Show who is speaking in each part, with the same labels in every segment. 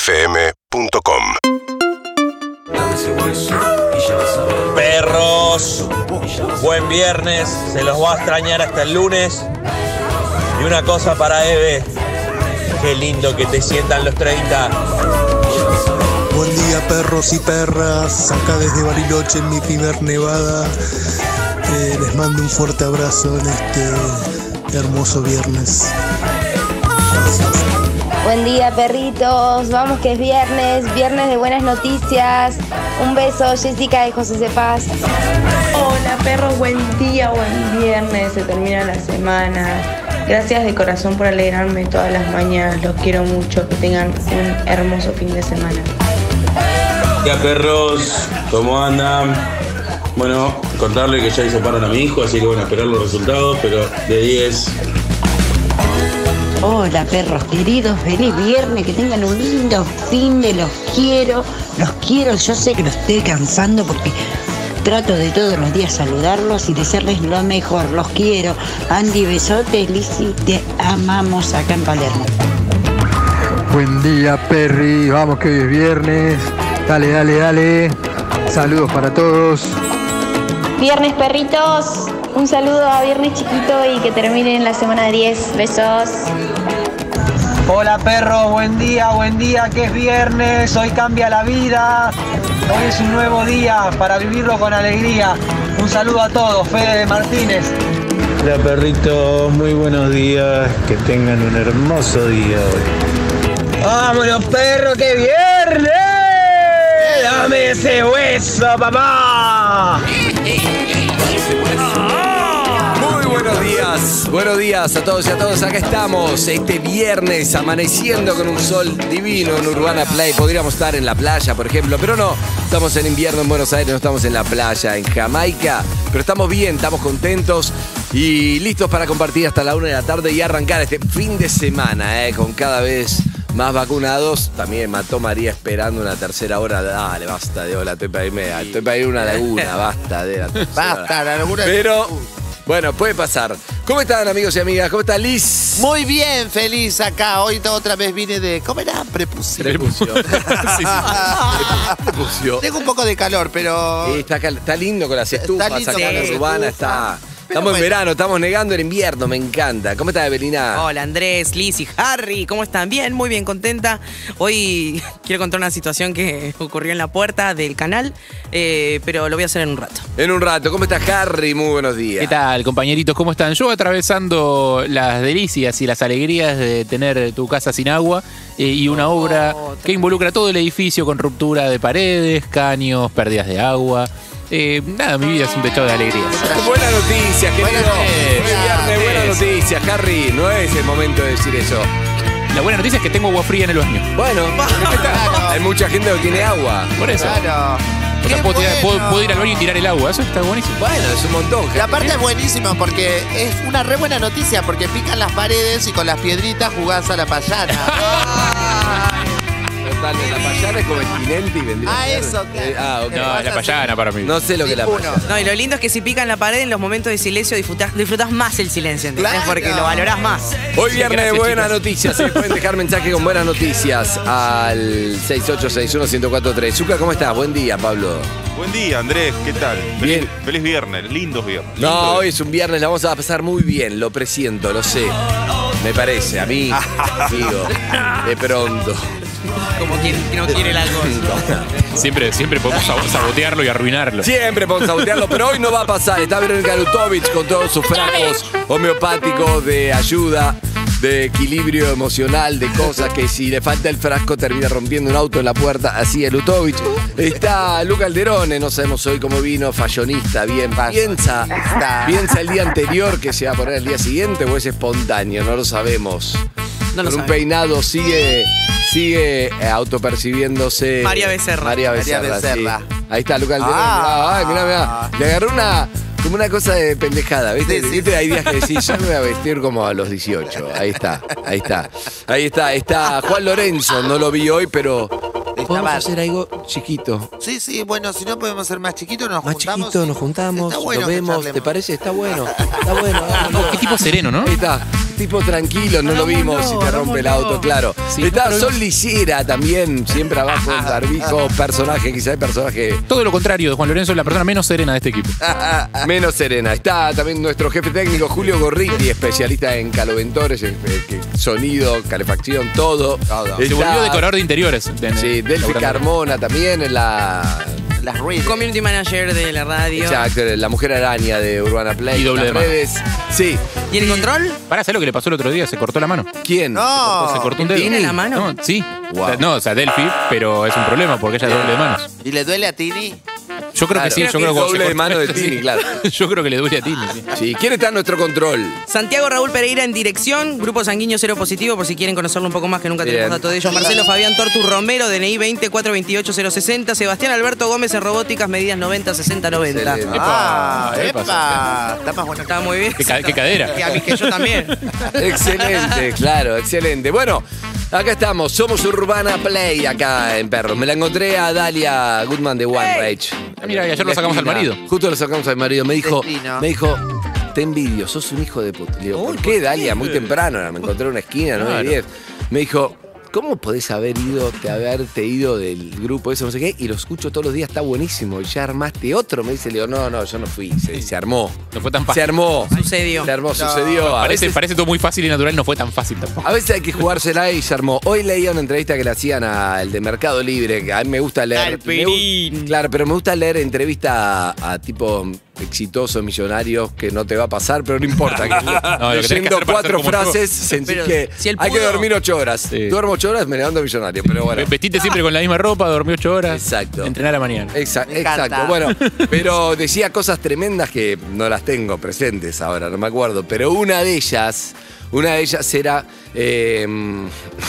Speaker 1: UrbanaPlayFM.com
Speaker 2: Perros, buen viernes, se los va a extrañar hasta el lunes. Y una cosa para Eve, qué lindo que te sientan los 30.
Speaker 3: Buen día perros y perras, acá desde Bariloche en mi primer nevada. Eh, les mando un fuerte abrazo en este hermoso viernes.
Speaker 4: Buen día, perritos. Vamos que es viernes, viernes de buenas noticias. Un beso, Jessica de José Cepaz.
Speaker 5: Hola perros, buen día, buen viernes, se termina la semana. Gracias de corazón por alegrarme todas las mañanas, los quiero mucho, que tengan un hermoso fin de semana.
Speaker 6: Ya perros, ¿cómo andan? Bueno, contarle que ya diseparan a mi hijo, así que bueno, esperar los resultados, pero de 10.
Speaker 7: Hola perros queridos, feliz viernes, que tengan un lindo fin de los quiero, los quiero, yo sé que los estoy cansando porque trato de todos los días saludarlos y desearles lo mejor, los quiero. Andy, besotes, Lizzy, te amamos acá en Palermo.
Speaker 8: Buen día, Perry. Vamos que hoy es viernes. Dale, dale, dale. Saludos para todos.
Speaker 4: Viernes, perritos. Un saludo a Viernes Chiquito y que terminen la semana 10. Besos.
Speaker 9: Hola perros, buen día, buen día, que es viernes, hoy cambia la vida, hoy es un nuevo día para vivirlo con alegría. Un saludo a todos, Fede de Martínez.
Speaker 10: Hola perritos, muy buenos días, que tengan un hermoso día hoy.
Speaker 9: ¡Vámonos perro, que viernes! ¡Dame ese hueso, papá!
Speaker 11: Muy buenos días, buenos días a todos y a todas. Acá estamos este viernes amaneciendo con un sol divino en Urbana Play. Podríamos estar en la playa, por ejemplo, pero no. Estamos en invierno en Buenos Aires, no estamos en la playa, en Jamaica. Pero estamos bien, estamos contentos y listos para compartir hasta la una de la tarde y arrancar este fin de semana eh, con cada vez más vacunados. También mató María esperando una tercera hora. Dale, basta de hola, estoy para irme, a- Ah, estoy para ir a una laguna, basta de la tercera hora.
Speaker 12: Basta, la locura.
Speaker 11: Pero, bueno, puede pasar. ¿Cómo están amigos y amigas? ¿Cómo está Liz?
Speaker 12: Muy bien, feliz acá. Hoy otra vez vine de comer hambre, puse.
Speaker 11: Prepucio. Sí, sí. Prepucio.
Speaker 12: Ah, Tengo un poco de calor, pero.
Speaker 11: Sí, está, cal- está lindo con las estufas,
Speaker 12: lindo
Speaker 11: acá
Speaker 12: con
Speaker 11: en
Speaker 12: las
Speaker 11: la urbana
Speaker 12: estufas.
Speaker 11: está.
Speaker 12: Pero
Speaker 11: Estamos en
Speaker 12: bueno.
Speaker 11: verano, estamos negando el invierno, me encanta. ¿Cómo estás, Evelina?
Speaker 13: Hola Andrés, Liz y Harry, ¿cómo están? Bien, muy bien, contenta. Hoy quiero contar una situación que ocurrió en la puerta del canal, eh, pero lo voy a hacer en un rato.
Speaker 11: En un rato, ¿cómo estás, Harry? Muy buenos días.
Speaker 14: ¿Qué tal, compañeritos? ¿Cómo están? Yo atravesando las delicias y las alegrías de tener tu casa sin agua eh, y una
Speaker 12: Oh,
Speaker 14: obra que involucra todo el edificio con ruptura de paredes, caños, pérdidas de agua. Eh, nada, mi vida es un techo de alegrías.
Speaker 11: Buenas noticias, querido.
Speaker 14: Buenas
Speaker 11: Buen viernes, buenas noticias, Harry. No es el momento de decir eso.
Speaker 14: La buena noticia es que tengo agua fría en el baño.
Speaker 11: Bueno, hay mucha gente que no tiene agua.
Speaker 14: Por eso.
Speaker 12: Claro.
Speaker 14: O sea,
Speaker 12: Qué
Speaker 14: puedo, tirar- puedo-
Speaker 12: bueno.
Speaker 14: puedo ir al baño y tirar el agua. Eso está buenísimo.
Speaker 11: Bueno, es un montón.
Speaker 12: La parte es buenísima porque es una re buena noticia porque pican las paredes y con las piedritas jugás a la payana.
Speaker 11: Total, la payana es como esquinente y vendría.
Speaker 12: Ah,
Speaker 11: a ser-
Speaker 12: eso, claro.
Speaker 11: Eh, ah, ok.
Speaker 14: No, la payana para mí.
Speaker 11: No sé lo que es la
Speaker 12: Ninguno.
Speaker 11: payana.
Speaker 13: No, y lo lindo es que si pican la pared en los momentos de silencio disfrutás, disfrutás más el silencio, ¿entendés?
Speaker 12: Claro.
Speaker 13: Porque lo valorás más.
Speaker 11: Hoy viernes,
Speaker 14: gracias,
Speaker 11: buenas
Speaker 14: chicos.
Speaker 11: noticias. Se pueden dejar mensaje con buenas noticias al 6861-1043. Zucca, ¿cómo estás? Buen día, Pablo.
Speaker 15: Buen día, Andrés, ¿qué tal?
Speaker 11: Bien.
Speaker 15: Feliz, feliz viernes, lindos viernes.
Speaker 11: No, hoy es un viernes, la vamos a pasar muy bien, lo presiento, lo sé. Me parece, a mí, digo, de pronto.
Speaker 13: Como quien que no quiere la cosa.
Speaker 14: Siempre, siempre podemos sab- sabotearlo y arruinarlo.
Speaker 11: Siempre podemos sabotearlo, pero hoy no va a pasar. Está Verónica Lutovic con todos sus frascos homeopáticos de ayuda, de equilibrio emocional, de cosas que si le falta el frasco termina rompiendo un auto en la puerta. Así es Lutovic. Está Luca Alderone, no sabemos hoy cómo vino, fallonista, bien. Piensa, piensa el día anterior que se va a poner el día siguiente o es espontáneo, no lo sabemos.
Speaker 13: No lo
Speaker 11: Con
Speaker 13: sabemos.
Speaker 11: un peinado sigue, sigue eh, autopercibiéndose.
Speaker 13: María Becerra.
Speaker 11: María
Speaker 12: María
Speaker 11: Becerra. sí.
Speaker 12: Becerra.
Speaker 11: Ahí está Luca Alderone.
Speaker 12: Ah.
Speaker 11: Ah, mirá, mirá. Le agarró una. Como una cosa de pendejada, ¿viste?
Speaker 12: Sí, sí.
Speaker 11: ¿Viste? Hay días que decís, yo me voy a vestir como a los 18. Ahí está, ahí está. Ahí está, está Juan Lorenzo, no lo vi hoy, pero podemos
Speaker 12: mal.
Speaker 11: hacer algo chiquito.
Speaker 12: Sí, sí, bueno, si no podemos ser más chiquitos, nos
Speaker 11: Más
Speaker 12: juntamos.
Speaker 11: chiquito, nos
Speaker 12: Está
Speaker 11: juntamos,
Speaker 12: bueno
Speaker 11: nos
Speaker 12: que
Speaker 11: vemos,
Speaker 12: charlemos.
Speaker 11: ¿te parece? Está bueno, está bueno.
Speaker 14: Oh, qué tipo sereno, ¿no?
Speaker 11: Ahí está. tipo tranquilo, no lo vimos y te rompe el auto, claro. Está Sol Lillera también, siempre abajo del barbijo, personaje, quizá hay personaje
Speaker 14: Todo lo contrario de Juan Lorenzo es la persona menos serena de este equipo.
Speaker 11: menos serena. Está también nuestro jefe técnico Julio Gorriti, especialista en caloventores, eh, eh, que- sonido, calefacción, todo.
Speaker 14: Se volvió decorador de interiores. en-
Speaker 11: Sí, Delphi
Speaker 14: laburando.
Speaker 11: Carmona también en la... Las redes.
Speaker 5: Community manager de la radio.
Speaker 11: Exacto, la mujer araña de Urbana Play.
Speaker 14: Y doble
Speaker 11: las
Speaker 14: de mano.
Speaker 11: redes. Sí.
Speaker 5: ¿Y el control?
Speaker 14: Pará, ¿sabes lo que le pasó el otro día? Se cortó la mano.
Speaker 11: ¿Quién?
Speaker 12: Oh.
Speaker 14: Se cortó un dedo.
Speaker 5: ¿Tiene la mano?
Speaker 14: No, sí. O sea, No, o sea, Delphi, pero es un problema porque ella es doble de manos.
Speaker 6: ¿Y le duele a Tini?
Speaker 14: Yo creo
Speaker 11: Claro.
Speaker 14: que sí, yo creo que
Speaker 11: Es
Speaker 14: cuando se
Speaker 11: doble de
Speaker 14: corta-
Speaker 11: mano de
Speaker 14: sí.
Speaker 11: Tini, claro.
Speaker 14: Yo creo que le duele a Tini, sí.
Speaker 11: Sí, ¿quién está en nuestro control?
Speaker 5: Santiago Raúl Pereira en dirección, Grupo Sanguíneo Cero Positivo, por si quieren conocerlo un poco más, que nunca
Speaker 11: Bien.
Speaker 5: tenemos datos de ellos. Marcelo Fabián Tortu Romero, DNI 2028060. Sebastián Alberto Gómez en Robóticas, medidas 90, 60, 90.
Speaker 6: Excelente. Ah, epa, Está más bueno.
Speaker 5: Está muy bien.
Speaker 11: Qué ca- qué cadera.
Speaker 5: Que a mí, que yo también.
Speaker 11: Excelente, claro, excelente. Bueno, acá estamos, somos Urbana Play acá en Perro. Me la encontré a Dalia Goodman de One Rage.
Speaker 14: Ah, Mira, y ayer lo
Speaker 11: La
Speaker 14: sacamos al
Speaker 11: esquina.
Speaker 14: marido.
Speaker 11: Justo lo sacamos al marido. Me dijo,
Speaker 14: Destino.
Speaker 11: me dijo, te envidio, sos un hijo de puta. Le digo, ¿por qué, Dalia? Muy temprano, me encontré en una esquina, no
Speaker 14: Claro.
Speaker 11: 10. Me dijo, ¿cómo podés haber ido, te haberte ido del grupo eso, no sé qué? Y lo escucho todos los días, está buenísimo. Ya armaste otro, me dice, le digo, no, no, yo no fui. Se, se armó.
Speaker 14: No fue tan fácil.
Speaker 11: Se armó.
Speaker 5: Sucedió.
Speaker 11: Se armó, sucedió. A
Speaker 14: Parece,
Speaker 11: veces- Ah,
Speaker 14: parece todo muy fácil y natural, no fue tan fácil tampoco.
Speaker 11: a veces hay que jugársela y se armó. Hoy leía una entrevista que le hacían al de Mercado Libre, que a mí me gusta leer. Me gu- claro, pero me gusta leer entrevistas a, a tipo exitosos, millonarios, que no te va a pasar, pero no importa. que-
Speaker 14: No, lo que tenés que
Speaker 11: leyendo
Speaker 14: hacer para ser
Speaker 11: cuatro
Speaker 14: como yo.
Speaker 11: frases, sentí
Speaker 14: Pero
Speaker 11: que
Speaker 14: si él
Speaker 11: hay que
Speaker 14: pudo-
Speaker 11: dormir ocho horas. Duermo ocho horas, me levanto millonario, pero bueno.
Speaker 14: Vestiste siempre con la misma ropa, dormí ocho horas.
Speaker 11: Exacto.
Speaker 14: Entrenar a la mañana.
Speaker 11: Exa-
Speaker 14: Me encanta.
Speaker 11: exacto, bueno, pero decía cosas tremendas que no las tengo presentes ahora, no me acuerdo, pero una de ellas, una de ellas era... eh,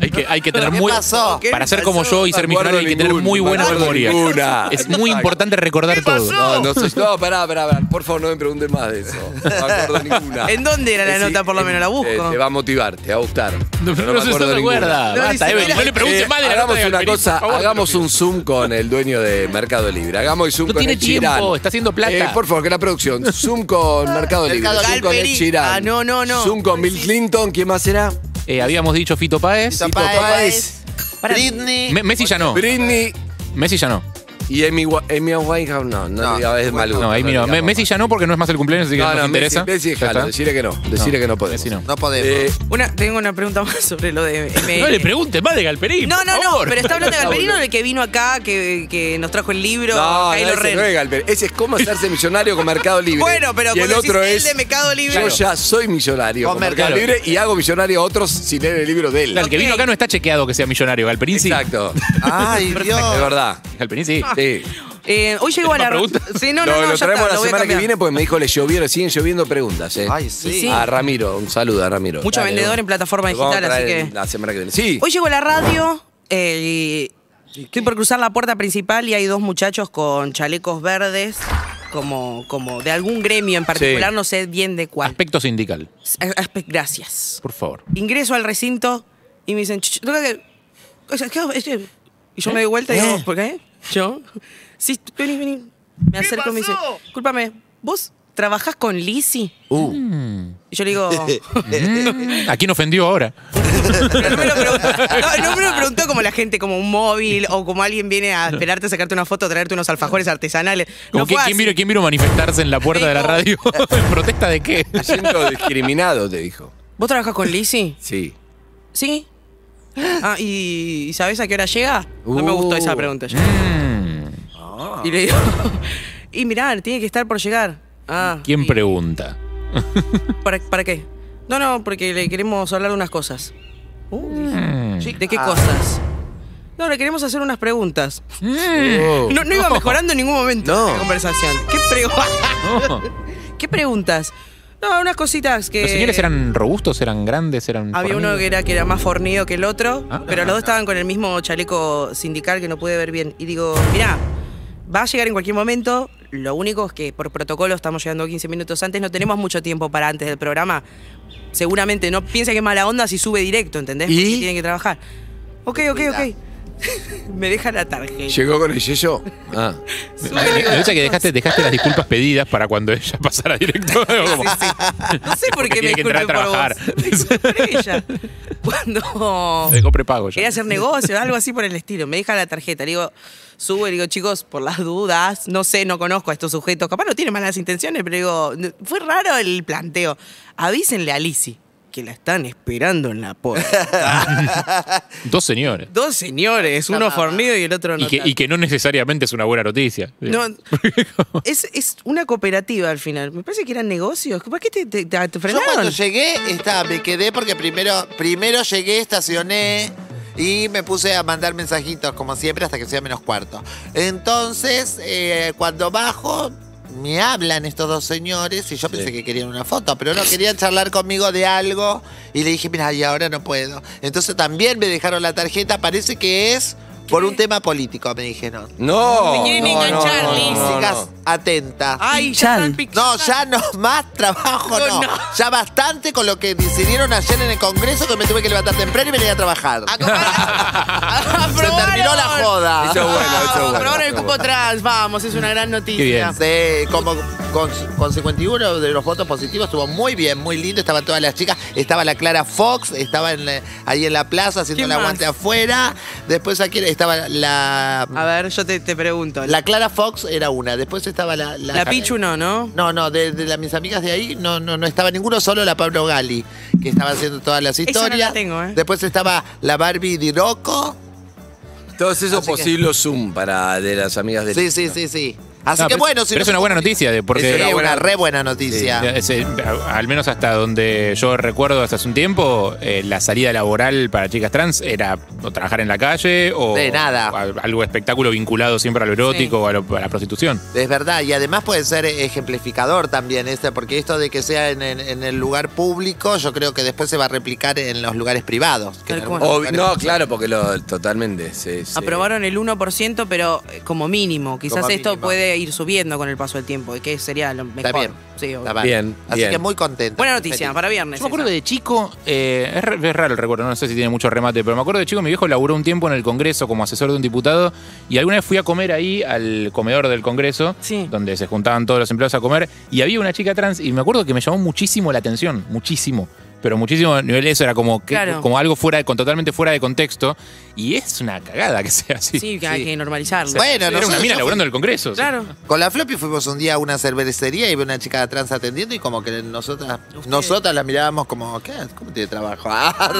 Speaker 14: Hay que, hay que tener
Speaker 11: ¿Qué
Speaker 14: muy.
Speaker 11: pasó?
Speaker 14: Para ser como
Speaker 11: ¿Qué
Speaker 14: yo y
Speaker 11: pasó? No
Speaker 14: ser
Speaker 11: me acuerdo
Speaker 14: millonario hay que tener
Speaker 11: ninguna,
Speaker 14: muy
Speaker 11: no me
Speaker 14: buena
Speaker 11: acuerdo
Speaker 14: memoria.
Speaker 11: ninguna.
Speaker 14: Es muy
Speaker 11: Exacto.
Speaker 14: importante recordar todo.
Speaker 11: No, no, soy- no, pará, pará, pará, por favor no me pregunten más de eso, no me acuerdo ninguna.
Speaker 5: ¿En dónde era la
Speaker 11: Sí,
Speaker 5: nota? Por lo menos la
Speaker 11: eh,
Speaker 5: busco.
Speaker 11: te va a motivar, te va a gustar. No,
Speaker 14: no se
Speaker 11: acuerdo
Speaker 14: se
Speaker 11: ninguna. eh,
Speaker 14: acuerda. No Basta, dice Evelyn, nada. no le preguntes más de la
Speaker 11: Hagamos
Speaker 14: nota de
Speaker 11: una
Speaker 14: Galperín,
Speaker 11: cosa,
Speaker 14: por favor,
Speaker 11: hagamos un Zoom con el dueño de Mercado Libre. Hagamos el Zoom
Speaker 14: No
Speaker 11: con
Speaker 14: tiene
Speaker 11: el
Speaker 14: tiempo,
Speaker 11: Chirán.
Speaker 14: está haciendo plata.
Speaker 11: Eh, por favor, que la producción. Zoom con Mercado Libre,
Speaker 5: Mercado
Speaker 11: Zoom con el
Speaker 5: Galperín.
Speaker 11: Chirán.
Speaker 5: Ah, no, no, no.
Speaker 11: Zoom con Bill Clinton, ¿quién más era?
Speaker 14: Eh, habíamos dicho Fito Páez.
Speaker 11: Fito Páez.
Speaker 6: Britney.
Speaker 14: Me- Messi ya no.
Speaker 11: Britney
Speaker 14: Messi ya no.
Speaker 11: y Amy, Wa- Amy Winehouse. No, no, diga- es mal gusto,
Speaker 14: Ah, No, ahí
Speaker 11: no
Speaker 14: mira.
Speaker 11: digamos.
Speaker 14: Me- Messi ya no porque no es más el cumpleaños, así que
Speaker 11: No,
Speaker 14: no,
Speaker 11: no,
Speaker 14: nos
Speaker 11: Messi-
Speaker 14: interesa.
Speaker 11: Messi,
Speaker 14: Ya
Speaker 11: déjalo,
Speaker 14: está.
Speaker 11: decirle que no, decirle que no podemos.
Speaker 14: Messi
Speaker 6: No podemos.
Speaker 5: Una, tengo una pregunta más sobre lo de ML.
Speaker 14: No le preguntes más de Galperín.
Speaker 5: No,
Speaker 14: por
Speaker 5: no, no,
Speaker 14: favor.
Speaker 5: pero está hablando de Galperino, el que vino acá, que, que nos trajo el libro,
Speaker 11: No, no,
Speaker 5: Kylo
Speaker 11: ese
Speaker 5: Ren.
Speaker 11: no es Galper. Ese es cómo hacerse millonario con Mercado Libre.
Speaker 5: Bueno, pero
Speaker 11: y el
Speaker 5: cuando decís
Speaker 11: otro
Speaker 5: el
Speaker 11: es
Speaker 5: de Mercado Libre.
Speaker 11: Yo ya soy millonario con,
Speaker 6: Con
Speaker 11: Mercado,
Speaker 14: Mercado
Speaker 11: Libre y hago millonario a otros sin leer el libro de él.
Speaker 14: Claro, El que vino acá no está chequeado que sea millonario. Galperín sí.
Speaker 11: Exacto. Ah. Ay, Dios. Es verdad.
Speaker 14: Galperín sí.
Speaker 11: Sí.
Speaker 5: Eh, hoy llegó a la... Sí, Ah. no, no,
Speaker 11: Lo-
Speaker 5: no,
Speaker 11: lo
Speaker 5: ya
Speaker 11: traemos la
Speaker 5: está, lo voy a
Speaker 11: semana que
Speaker 5: cambiar.
Speaker 11: viene porque me dijo le llovieron, siguen lloviendo preguntas, ¿eh? Ay,
Speaker 5: sí. Y sí.
Speaker 11: A Ramiro, un saludo a Ramiro.
Speaker 5: Mucho
Speaker 11: Dale,
Speaker 5: vendedor
Speaker 11: bueno.
Speaker 5: en plataforma
Speaker 11: Lo vamos a
Speaker 5: digital, así
Speaker 11: traer
Speaker 5: que...
Speaker 11: La semana que viene. Sí.
Speaker 5: Hoy llegó a la radio, eh, y estoy por cruzar la puerta principal y hay dos muchachos con chalecos verdes, como, como de algún gremio en particular,
Speaker 14: Sí.
Speaker 5: no sé bien de cuál.
Speaker 14: Aspecto sindical.
Speaker 5: Aspe- Ah, pues, Gracias.
Speaker 14: Por favor.
Speaker 5: Ingreso al recinto y me dicen, "Ch- ch- toca que- o sea, ¿qué hago? Este- Y yo me doy
Speaker 11: ¿Eh?
Speaker 5: vuelta y digo, ¿por qué? ¿Yo? Sí, vení, vení. Me acerco y me dice, discúlpame, ¿vos trabajás con Lisi? Y yo le digo,
Speaker 14: Mm, ¿A quién ofendió ahora?
Speaker 5: No, no me lo preguntó como la gente, como un móvil o como alguien viene a esperarte, a sacarte una foto, traerte unos alfajores artesanales.
Speaker 14: Como
Speaker 5: No
Speaker 14: que-
Speaker 5: fue
Speaker 14: ¿quién,
Speaker 5: así.
Speaker 14: vino, ¿Quién vino a manifestarse en la puerta de la radio? ¿En protesta de qué?
Speaker 11: Me siento discriminado, te dijo.
Speaker 5: ¿Vos trabajás con Lisi?
Speaker 11: Sí.
Speaker 5: ¿Sí? Ah, ¿y, y sabés a qué hora llega? No me gustó
Speaker 14: Uh.
Speaker 5: esa pregunta. ya.
Speaker 14: Mm.
Speaker 5: Y le digo, y mirá, tiene que estar por llegar. Ah,
Speaker 14: ¿Quién pregunta?
Speaker 5: ¿para, para qué? No, no, porque le queremos hablar unas cosas.
Speaker 14: Mm.
Speaker 5: ¿De qué cosas? No, le queremos hacer unas preguntas.
Speaker 14: Mm.
Speaker 5: No, no iba mejorando en ningún momento
Speaker 14: No.
Speaker 5: la conversación. ¿Qué, pregu-
Speaker 14: No.
Speaker 5: ¿Qué preguntas? No, unas cositas que.
Speaker 14: ¿Los señores eran robustos, eran grandes, eran.
Speaker 5: Había uno
Speaker 14: fornidos?
Speaker 5: que era, que era más fornido que el otro,
Speaker 14: Ah.
Speaker 5: pero los dos estaban con el mismo chaleco sindical que no pude ver bien. Y digo, mirá, va a llegar en cualquier momento. Lo único es que por protocolo estamos llegando 15 minutos antes, no tenemos mucho tiempo para antes del programa. Seguramente no piensa que es mala onda si sube directo, ¿entendés? Porque tienen que trabajar. Ok, ok, ok. Me deja la tarjeta.
Speaker 11: ¿Llegó con el yeyo? Ah.
Speaker 14: Me gusta que dejaste, dejaste las disculpas pedidas para cuando ella pasara directo. como-
Speaker 5: No sé por
Speaker 14: Porque
Speaker 5: qué me
Speaker 14: tiene que entrar a
Speaker 5: disculpe por
Speaker 14: trabajar.
Speaker 5: vos. Me disculpé por ella. Cuando
Speaker 14: Dejó prepago ya.
Speaker 5: quería hacer negocio, algo así por el estilo. Me deja la tarjeta. Le digo, sube, le digo, chicos, por las dudas, no sé, no conozco a estos sujetos. Capaz no tiene malas intenciones, pero digo, n- fue raro el planteo. Avísenle a Lisi que la están esperando en la puerta.
Speaker 14: Dos señores.
Speaker 5: Dos señores, uno fornido y el otro no.
Speaker 14: Y que,
Speaker 5: tanto.
Speaker 14: y que no necesariamente es una buena noticia.
Speaker 5: No, es, es una cooperativa al final. Me parece que eran negocios. ¿Para qué te, te, te- te
Speaker 6: Yo
Speaker 5: frenaron?
Speaker 6: cuando llegué, está, me quedé porque primero, primero llegué, estacioné y me puse a mandar mensajitos, como siempre, hasta que sea menos cuarto. Entonces, eh, cuando bajo, me hablan estos dos señores y yo pensé que querían una foto, pero no querían charlar conmigo de algo y le dije, mira, y ahora no puedo. Entonces también me dejaron la tarjeta, parece que es por un tema político, me dijeron.
Speaker 11: No.
Speaker 6: Me quieren
Speaker 11: no, no,
Speaker 6: enganchar,
Speaker 11: no,
Speaker 6: Liz.
Speaker 11: no, no.
Speaker 6: Chicas, atenta.
Speaker 5: Ay, ya están
Speaker 6: No, ya no más trabajo, no. Ya bastante con lo que decidieron ayer en el Congreso que me tuve que levantar temprano y venir a trabajar. Se terminó la joda.
Speaker 11: Eso es bueno, eso es bueno.
Speaker 5: Pero ahora el
Speaker 11: eso es
Speaker 5: cupo trans, vamos, es una gran noticia.
Speaker 6: Sí, como con, con 51 de los votos positivos estuvo muy bien, muy lindo. Estaban todas las chicas. Estaba la Clara Fox, estaba en la- ahí en la plaza haciendo
Speaker 5: ¿Quién
Speaker 6: el
Speaker 5: más?
Speaker 6: aguante afuera. Después aquí estaba la. A
Speaker 5: ver, yo te, pregunto.
Speaker 6: La Clara Fox era una. Después estaba la. La,
Speaker 5: La Pichu no, ¿no?
Speaker 6: No, no, de, de la- mis amigas de ahí no, no, no estaba ninguno, solo la Pablo Gali, que estaba haciendo todas las
Speaker 5: Esa no
Speaker 6: historias.
Speaker 5: la tengo, ¿eh?
Speaker 6: Después estaba la Barbie Diroco.
Speaker 11: Todos esos
Speaker 6: Así que-
Speaker 11: posibles Zoom para de las amigas de
Speaker 6: Sí, sí, sí, sí. Así
Speaker 14: No,
Speaker 6: que
Speaker 14: pero-
Speaker 6: bueno, si
Speaker 14: pero
Speaker 6: no
Speaker 14: es una
Speaker 6: se-
Speaker 14: buena noticia, de- porque
Speaker 6: Es una buena- re buena noticia.
Speaker 14: Sí, es, eh, a- al menos hasta donde yo recuerdo hasta hace un tiempo, eh, la salida laboral para chicas trans era o trabajar en la calle o
Speaker 6: De nada.
Speaker 14: o al- algo espectáculo vinculado siempre a lo erótico o a, lo- a la prostitución.
Speaker 6: Es verdad, y además puede ser ejemplificador también este, porque esto de que sea en, en- en el lugar público, yo creo que después se va a replicar en los lugares privados. que Oh, en algunos
Speaker 11: Ob-
Speaker 6: lugares-
Speaker 11: no, claro, porque lo totalmente. sí, sí.
Speaker 5: Aprobaron el 1%, pero eh, como mínimo. Quizás
Speaker 11: Como
Speaker 5: esto
Speaker 11: mínimo.
Speaker 5: puede ir subiendo con el paso del tiempo, que sería lo mejor.
Speaker 6: bien.
Speaker 5: Sí, obvio.
Speaker 6: Está
Speaker 11: Bien,
Speaker 6: Así
Speaker 11: bien.
Speaker 6: que muy contento.
Speaker 5: Buena noticia,
Speaker 6: Feliz.
Speaker 5: para viernes.
Speaker 14: Yo me acuerdo de chico, eh, es, r- es raro el recuerdo, no sé si tiene mucho remate, pero me acuerdo de chico, mi viejo laburó un tiempo en el Congreso como asesor de un diputado y alguna vez fui a comer ahí al comedor del Congreso, donde se juntaban todos los empleados a comer, y había una chica trans y me acuerdo que me llamó muchísimo la atención, muchísimo. Pero muchísimo a nivel eso era como, que-
Speaker 5: Claro.
Speaker 14: como algo fuera de- con, totalmente fuera de contexto. Y es una cagada que sea así.
Speaker 5: Sí, que hay que
Speaker 14: O
Speaker 5: normalizarlo.
Speaker 14: sea, era una mina laburando en el Congreso. o sea.
Speaker 5: Claro.
Speaker 6: Con la Floppy fuimos un día a una cervecería y vi una chica trans atendiendo y como que nosotras, nosotras la mirábamos como, ¿qué? ¿Cómo tiene trabajo? Ah,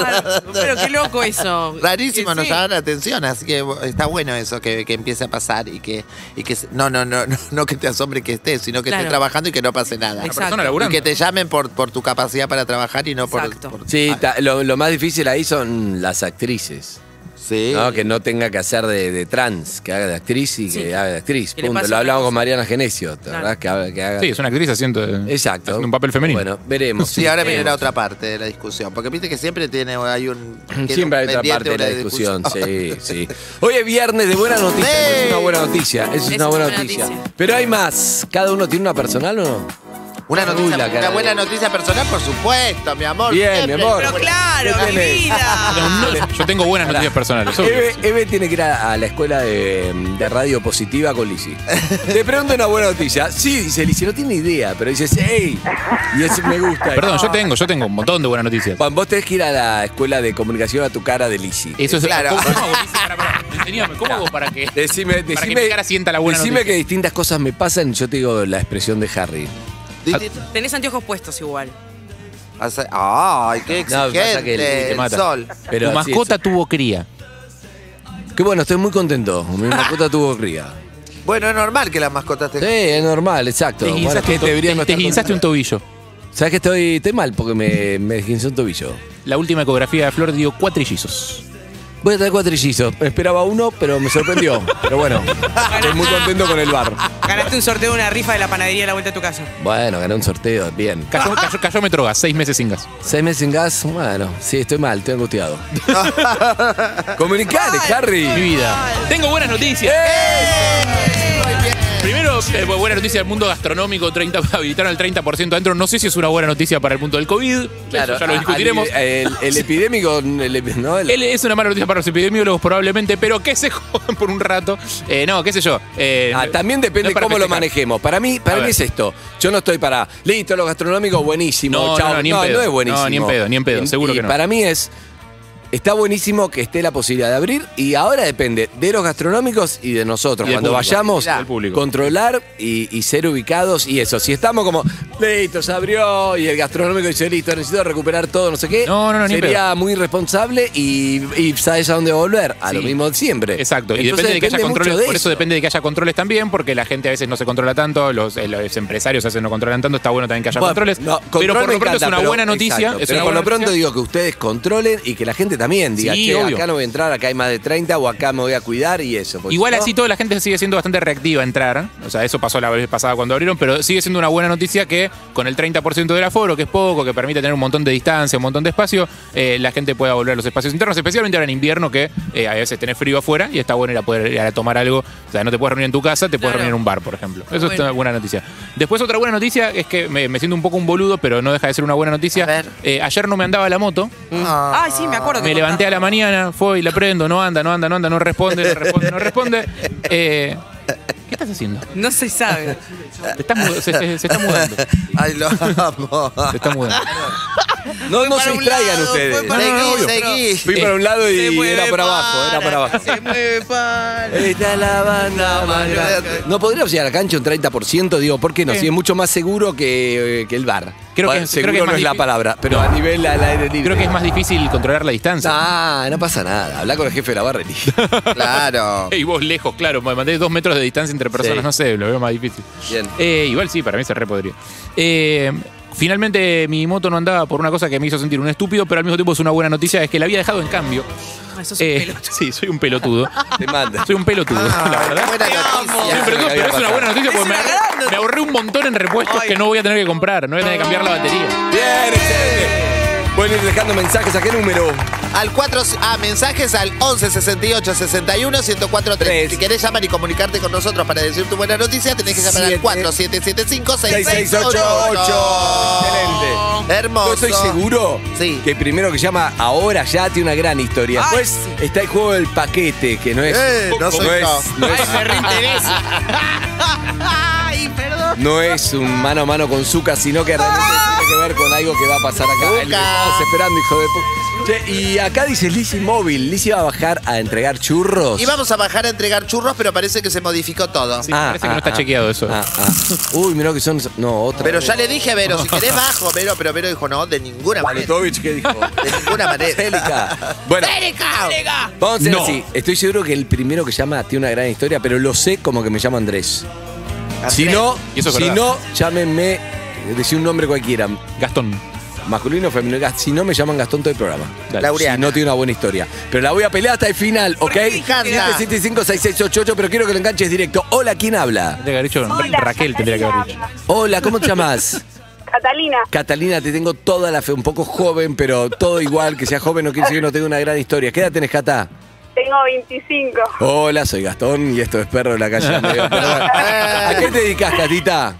Speaker 5: Pero qué loco eso.
Speaker 6: Rarísimo,
Speaker 5: Que
Speaker 6: nos
Speaker 5: sí.
Speaker 6: llamaron la atención, así que está bueno eso que, que empiece a pasar y que, y que se- no, no, no, no, no que te asombre que estés, sino que
Speaker 11: Claro.
Speaker 6: estés trabajando y que no pase nada.
Speaker 11: Una persona Exacto. laburando.
Speaker 6: Y que te llamen por, por tu capacidad para trabajar y no por, por- Ah,
Speaker 11: Sí, ta- lo, lo más difícil ahí son las actrices.
Speaker 6: Sí.
Speaker 11: Que no tenga que hacer de, de trans, que haga de actriz y que haga de actriz.
Speaker 14: Que le
Speaker 11: punto.
Speaker 14: pase
Speaker 11: Lo
Speaker 14: otra
Speaker 11: hablamos con Mariana Genesio, ¿te
Speaker 14: Claro.
Speaker 11: acordás? Que, haga- que haga.
Speaker 14: Sí, es una actriz haciendo, eh,
Speaker 11: Exacto.
Speaker 14: haciendo un papel femenino.
Speaker 11: Bueno, veremos.
Speaker 6: Sí, ahora viene la otra parte de la discusión, porque viste que siempre tiene, hay un... tiene un
Speaker 11: Siempre hay otra
Speaker 6: pendiente,
Speaker 11: parte de
Speaker 6: una
Speaker 11: la discusión, sí, sí. Hoy es viernes de buena noticia, eso es una buena noticia, eso es una buena noticia. Pero hay más, ¿cada uno tiene una personal o no?
Speaker 6: Una noticia,
Speaker 11: Uy, la cara
Speaker 6: una
Speaker 11: de-
Speaker 6: buena noticia personal, por supuesto, mi amor.
Speaker 11: Bien, mi
Speaker 6: siempre.
Speaker 11: amor. Pero claro,
Speaker 6: ¿Qué
Speaker 11: mi
Speaker 6: tenés?
Speaker 14: Yo tengo buenas noticias personales. obvio.
Speaker 11: Eve, Eve tiene que ir a, a la escuela de, de radio positiva con Lisi. Te pregunto una buena noticia. Sí, dice Lisi, no tiene idea, pero dices, hey, y es, me gusta.
Speaker 14: Perdón, yo tengo, yo tengo un montón de buenas noticias.
Speaker 11: Juan, vos tenés que ir a la escuela de comunicación a tu cara de Lisi.
Speaker 14: Eso es- Claro. ¿cómo- cómo hago, Enseñame, ¿cómo hago para que,
Speaker 11: Decime, decime,
Speaker 14: para que mi cara sienta la buena
Speaker 11: decime
Speaker 14: noticia?
Speaker 11: que distintas cosas me pasan y yo te digo la expresión de Harry.
Speaker 5: Tenés anteojos puestos igual.
Speaker 6: Hace- Ay, qué
Speaker 11: No, pasa que
Speaker 6: exigente
Speaker 11: el- el- te
Speaker 6: el
Speaker 11: mata.
Speaker 6: sol.
Speaker 11: Pero
Speaker 14: tu
Speaker 11: así
Speaker 14: mascota tuvo cría.
Speaker 11: Qué bueno, estoy muy contento. Mi mascota tuvo cría.
Speaker 6: Bueno, es normal que las mascotas
Speaker 11: Sí, es normal, exacto.
Speaker 14: Te
Speaker 11: Bueno,
Speaker 14: esguinzaste
Speaker 11: que
Speaker 14: un to-
Speaker 11: deberías no
Speaker 14: te
Speaker 11: estar
Speaker 14: esguinzaste un
Speaker 11: contento.
Speaker 14: tobillo.
Speaker 11: Sabes que estoy, estoy mal porque me, me esguinzó un tobillo.
Speaker 14: La última ecografía de Flor dio cuatrillizos.
Speaker 11: Voy a traer cuatrillizos. Esperaba uno, pero me sorprendió. Pero bueno, estoy muy contento con el bar.
Speaker 5: Ganaste un sorteo de una rifa de la panadería a la vuelta a tu casa.
Speaker 11: Bueno, gané un sorteo, bien.
Speaker 14: Cayó, cayó, cayó Metrogas, seis meses sin gas.
Speaker 11: Seis meses sin gas, bueno, sí, estoy mal, estoy angustiado. Comunicate, Harry. ¡Eh!
Speaker 14: Mi vida. Tengo buenas noticias. Primero, Eh, Primero, eh, buena noticia del mundo gastronómico, 30, habilitaron el 30% adentro. No sé si es una buena noticia para el punto del COVID.
Speaker 11: Claro, ah, eh,
Speaker 14: eso ya lo
Speaker 11: a-
Speaker 14: discutiremos.
Speaker 11: al- el, el epidémico, el epi- ¿no? El-
Speaker 14: Él es una mala noticia para los epidemiólogos probablemente, pero que se jodan por un rato. Eh, no, qué sé yo. eh,
Speaker 11: Ah, también depende
Speaker 14: no es para
Speaker 11: cómo lo
Speaker 14: festejar.
Speaker 11: manejemos. Para mí,
Speaker 14: A
Speaker 11: para mí
Speaker 14: ver.
Speaker 11: es esto. Yo no estoy para. Listo, lo gastronómico, buenísimo.
Speaker 14: No,
Speaker 11: chao.
Speaker 14: no, no, ni en pedo.
Speaker 11: es buenísimo.
Speaker 14: No, ni en pedo, ni en pedo,
Speaker 11: Y-
Speaker 14: seguro
Speaker 11: y
Speaker 14: que no.
Speaker 11: Para mí es. Está buenísimo que esté la posibilidad de abrir y ahora depende de los gastronómicos y de nosotros.
Speaker 14: Y del
Speaker 11: Cuando
Speaker 14: público.
Speaker 11: vayamos,
Speaker 14: Mirá. Del público.
Speaker 11: controlar y, y ser ubicados y eso. Si estamos como, listo, se abrió y el gastronómico dice, listo, necesito recuperar todo, no sé qué.
Speaker 14: no, no, ni en
Speaker 11: Sería muy irresponsable y, y sabes a dónde volver. A lo
Speaker 14: Sí.
Speaker 11: mismo de siempre.
Speaker 14: Exacto, y
Speaker 11: Entonces,
Speaker 14: depende de que haya
Speaker 11: mucho
Speaker 14: controles,
Speaker 11: de
Speaker 14: por eso depende de que haya controles también, porque la gente a veces no se controla tanto, los, eh, los empresarios a veces no controlan tanto, está bueno también que haya
Speaker 11: Bueno,
Speaker 14: controles,
Speaker 11: no, control
Speaker 14: pero por
Speaker 11: me
Speaker 14: lo pronto es
Speaker 11: encanta,
Speaker 14: una
Speaker 11: pero-
Speaker 14: buena noticia.
Speaker 11: exacto,
Speaker 14: es
Speaker 11: pero
Speaker 14: una
Speaker 11: por
Speaker 14: buena
Speaker 11: lo pronto
Speaker 14: noticia.
Speaker 11: digo que ustedes controlen y que la gente también diga,
Speaker 14: Sí,
Speaker 11: che,
Speaker 14: obvio.
Speaker 11: acá no voy a entrar, acá hay más de 30 o acá me voy a cuidar y eso. porque
Speaker 14: Igual
Speaker 11: si no-
Speaker 14: así toda la gente sigue siendo bastante reactiva a entrar, o sea, eso pasó la vez pasada cuando abrieron, pero sigue siendo una buena noticia que con el 30% del aforo, que es poco, que permite tener un montón de distancia, un montón de espacio, eh, la gente pueda volver a los espacios internos, especialmente ahora en invierno que eh, a veces tenés frío afuera y está bueno ir a poder ir a tomar algo, o sea, no te puedes reunir en tu casa, te puedes reunir en un bar, por ejemplo. Eso es
Speaker 7: bueno.
Speaker 14: una buena noticia. Después otra buena noticia es que me, me siento un poco un boludo, pero no deja de ser una buena noticia. Eh, ayer no me andaba la moto.
Speaker 3: Ah.
Speaker 7: Ay, sí, me acuerdo. que
Speaker 14: Me levanté a la mañana, fue y la prendo, no anda, no anda, no anda, no responde, no responde, no responde. Eh, ¿Qué estás haciendo?
Speaker 7: contaste. No se sabe.
Speaker 14: Te estás mu- se, se- se está mudando.
Speaker 3: Ay, lo amo.
Speaker 14: Se está mudando.
Speaker 11: No, no
Speaker 3: para
Speaker 11: se
Speaker 3: un
Speaker 11: distraigan
Speaker 3: lado,
Speaker 11: ustedes.
Speaker 3: fue para-
Speaker 11: No, no, no,
Speaker 3: Seguí,
Speaker 11: obvio.
Speaker 3: seguí.
Speaker 11: Fui para un lado
Speaker 3: Se
Speaker 11: y
Speaker 3: mueve
Speaker 11: era para abajo, era para abajo.
Speaker 7: Se mueve para.
Speaker 11: Está la banda
Speaker 3: Manuel.
Speaker 11: No podríamos llegar a la cancha un 30%, digo, ¿por qué no?
Speaker 14: Sí.
Speaker 11: Si es mucho más seguro que, eh, que el bar.
Speaker 14: Creo que
Speaker 11: Bueno,
Speaker 14: es- creo
Speaker 11: seguro
Speaker 14: que es
Speaker 11: no
Speaker 14: más
Speaker 11: es la
Speaker 14: difí-
Speaker 11: palabra, pero
Speaker 14: No.
Speaker 11: a nivel al aire libre.
Speaker 14: Creo que es más difícil controlar la distancia.
Speaker 11: Ah, no pasa nada. Habla con el jefe de la barra y Claro.
Speaker 14: Y vos lejos, claro, me mandé dos metros de distancia entre personas,
Speaker 11: Sí.
Speaker 14: no sé, lo veo más difícil.
Speaker 11: Bien.
Speaker 14: Eh, igual sí, para mí se re podría. Eh, finalmente mi moto no andaba por una cosa que me hizo sentir un estúpido, pero al mismo tiempo es una buena noticia, es que la había dejado en cambio.
Speaker 7: Eso es
Speaker 14: Eh, sí, soy un pelotudo.
Speaker 11: Te manda.
Speaker 14: Soy un pelotudo,
Speaker 11: Ah,
Speaker 14: la verdad.
Speaker 3: Buena
Speaker 14: Sí,
Speaker 3: noticia.
Speaker 11: me
Speaker 14: pero, pero
Speaker 11: había
Speaker 14: es una
Speaker 11: pasado.
Speaker 14: buena noticia porque me, me ahorré un montón en repuestos que no voy a tener que comprar, no voy a tener que cambiar la batería.
Speaker 11: Bien, excelente. Pueden ir dejando mensajes. ¿A qué número?
Speaker 3: Al 4, ah, mensajes al 11 68 61 104 3. Si querés llamar y comunicarte con nosotros para decir tu buena noticia, tenés que llamar
Speaker 11: Siete.
Speaker 3: al 4775
Speaker 11: 6688.
Speaker 3: 6688.
Speaker 11: Excelente.
Speaker 3: Hermoso.
Speaker 11: Yo estoy seguro
Speaker 3: Sí.
Speaker 11: que el primero que llama ahora ya tiene una gran historia.
Speaker 7: Ay,
Speaker 11: Después está el juego del paquete, que no es.
Speaker 3: Eh, no soy
Speaker 11: es,
Speaker 3: yo.
Speaker 11: no es-
Speaker 7: Me reinteresa. Ay, perdón.
Speaker 11: no es un mano a mano con Zucca, sino que realmente tiene que ver con algo que va a pasar acá.
Speaker 3: Zucca.
Speaker 11: Lo estabas esperando, hijo de pu- Che, y acá dice Lizzy Móvil. Lizzy va a bajar a entregar churros.
Speaker 3: Y vamos a bajar a entregar churros, pero parece que se modificó todo.
Speaker 14: Sí, parece que no está chequeado eso.
Speaker 11: ah, ah. Uy, mirá que son. No, otra.
Speaker 3: Pero
Speaker 11: vez.
Speaker 3: ya le dije a Vero, si querés bajo, Vero, pero Vero dijo, no, de ninguna manera.
Speaker 11: Paletovich, ¿qué dijo?
Speaker 3: De ninguna manera.
Speaker 11: Angélica. Bueno,
Speaker 3: ¡Erika!
Speaker 11: Vamos a hacer
Speaker 14: No.
Speaker 11: así. Estoy seguro que el primero que llama tiene una gran historia, pero lo sé como que me llamo Andrés. Si no,
Speaker 14: Y eso es
Speaker 11: si
Speaker 14: verdad.
Speaker 11: no, llámenme, decí un nombre cualquiera,
Speaker 14: Gastón.
Speaker 11: masculino o femenino. Gas- Si no, me llaman Gastón todo el programa.
Speaker 14: Dale.
Speaker 3: Laureana.
Speaker 11: Si no tiene una buena historia. Pero la voy a pelear hasta el final, ¿ok?
Speaker 3: qué, Carla?
Speaker 11: 775-6688, pero quiero que lo enganches directo. Hola, ¿quién habla?
Speaker 14: Tendría que haber dicho- Raquel tendría que haber dicho.
Speaker 11: Hola, ¿cómo te llamas?
Speaker 5: Catalina,
Speaker 11: Catalina, te tengo toda la fe, un poco joven, pero todo igual, que sea joven no quiere decir que no tenga una gran historia. ¿Qué edad tenés, Cata?
Speaker 5: tengo 25.
Speaker 11: Hola, soy Gastón y esto es Perro de la Calle. Amigo. Perdón. ¿A qué te dedicas, Catita?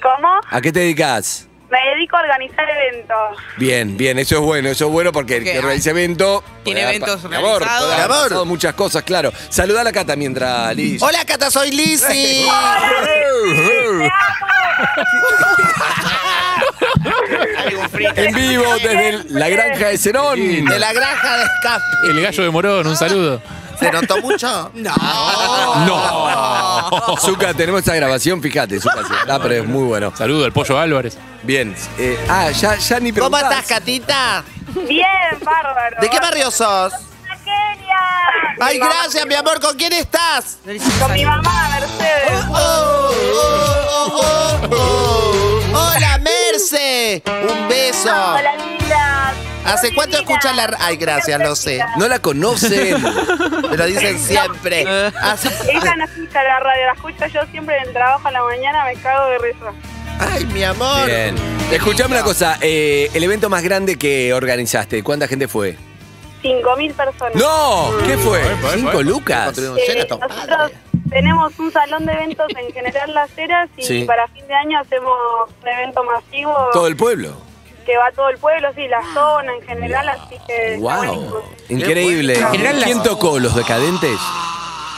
Speaker 5: ¿Cómo?
Speaker 11: ¿A qué te dedicas?
Speaker 5: Me dedico a organizar eventos.
Speaker 11: Bien, bien, eso es bueno, eso es bueno porque el que
Speaker 7: ¿Qué?
Speaker 11: realiza evento.
Speaker 7: ah, Tiene
Speaker 11: puede haber
Speaker 7: eventos
Speaker 11: pa- mi amor, puede
Speaker 7: realizados.
Speaker 11: haber
Speaker 3: Mi amor.
Speaker 11: pasado muchas cosas, claro. Saludá a la Cata mientras, Liz.
Speaker 3: Hola, Cata, soy Lizzy.
Speaker 11: En vivo desde el- la granja de Zenón.
Speaker 3: De la granja de escape.
Speaker 14: El gallo de Morón, un saludo.
Speaker 3: ¿Se notó mucho?
Speaker 14: No.
Speaker 11: Zuka, tenemos esta grabación, fíjate, Zuka. sí. Ah, pero es muy bueno.
Speaker 14: Saludo al Pollo Álvarez.
Speaker 11: Bien. eh, ah, ya, ya ni
Speaker 3: ¿Cómo
Speaker 11: preguntás.
Speaker 3: estás, Catita?
Speaker 5: Bien, bárbaro.
Speaker 3: ¿De qué barrio sos?
Speaker 5: Kenia.
Speaker 3: Ay, gracias, mi amor. ¿Con quién estás?
Speaker 5: Con mi mamá, Mercedes.
Speaker 3: Oh, oh, oh, oh, oh. Hola, Merce. Un beso.
Speaker 5: Hola, linda.
Speaker 3: ¿Hace cuánto escuchas la... ra- Ay, gracias, lo sé.
Speaker 11: No la conocen.
Speaker 3: Me lo dicen siempre. Hace-
Speaker 5: Ella no escucha la radio, la escucho yo siempre en el trabajo a la mañana, me cago de risa.
Speaker 3: Ay, mi amor.
Speaker 11: Bien. Escuchame una cosa, eh, el evento más grande que organizaste, ¿cuánta gente fue?
Speaker 5: 5.000 personas.
Speaker 11: ¡No! ¿Qué fue?
Speaker 14: Epa, epa,
Speaker 11: ¿Cinco
Speaker 14: epa.
Speaker 11: lucas?
Speaker 3: Construimos
Speaker 5: Eh,
Speaker 3: lleno, estos
Speaker 5: nosotros
Speaker 3: padres.
Speaker 5: Tenemos un salón de eventos en General Las Heras y
Speaker 11: Sí.
Speaker 5: para fin de año hacemos un evento masivo
Speaker 11: Todo el pueblo.
Speaker 5: que va a todo el pueblo, sí, la zona en general, así que... está buenísimo.
Speaker 11: Wow. Increíble.
Speaker 5: General Las-
Speaker 11: ¿Quién tocó los decadentes?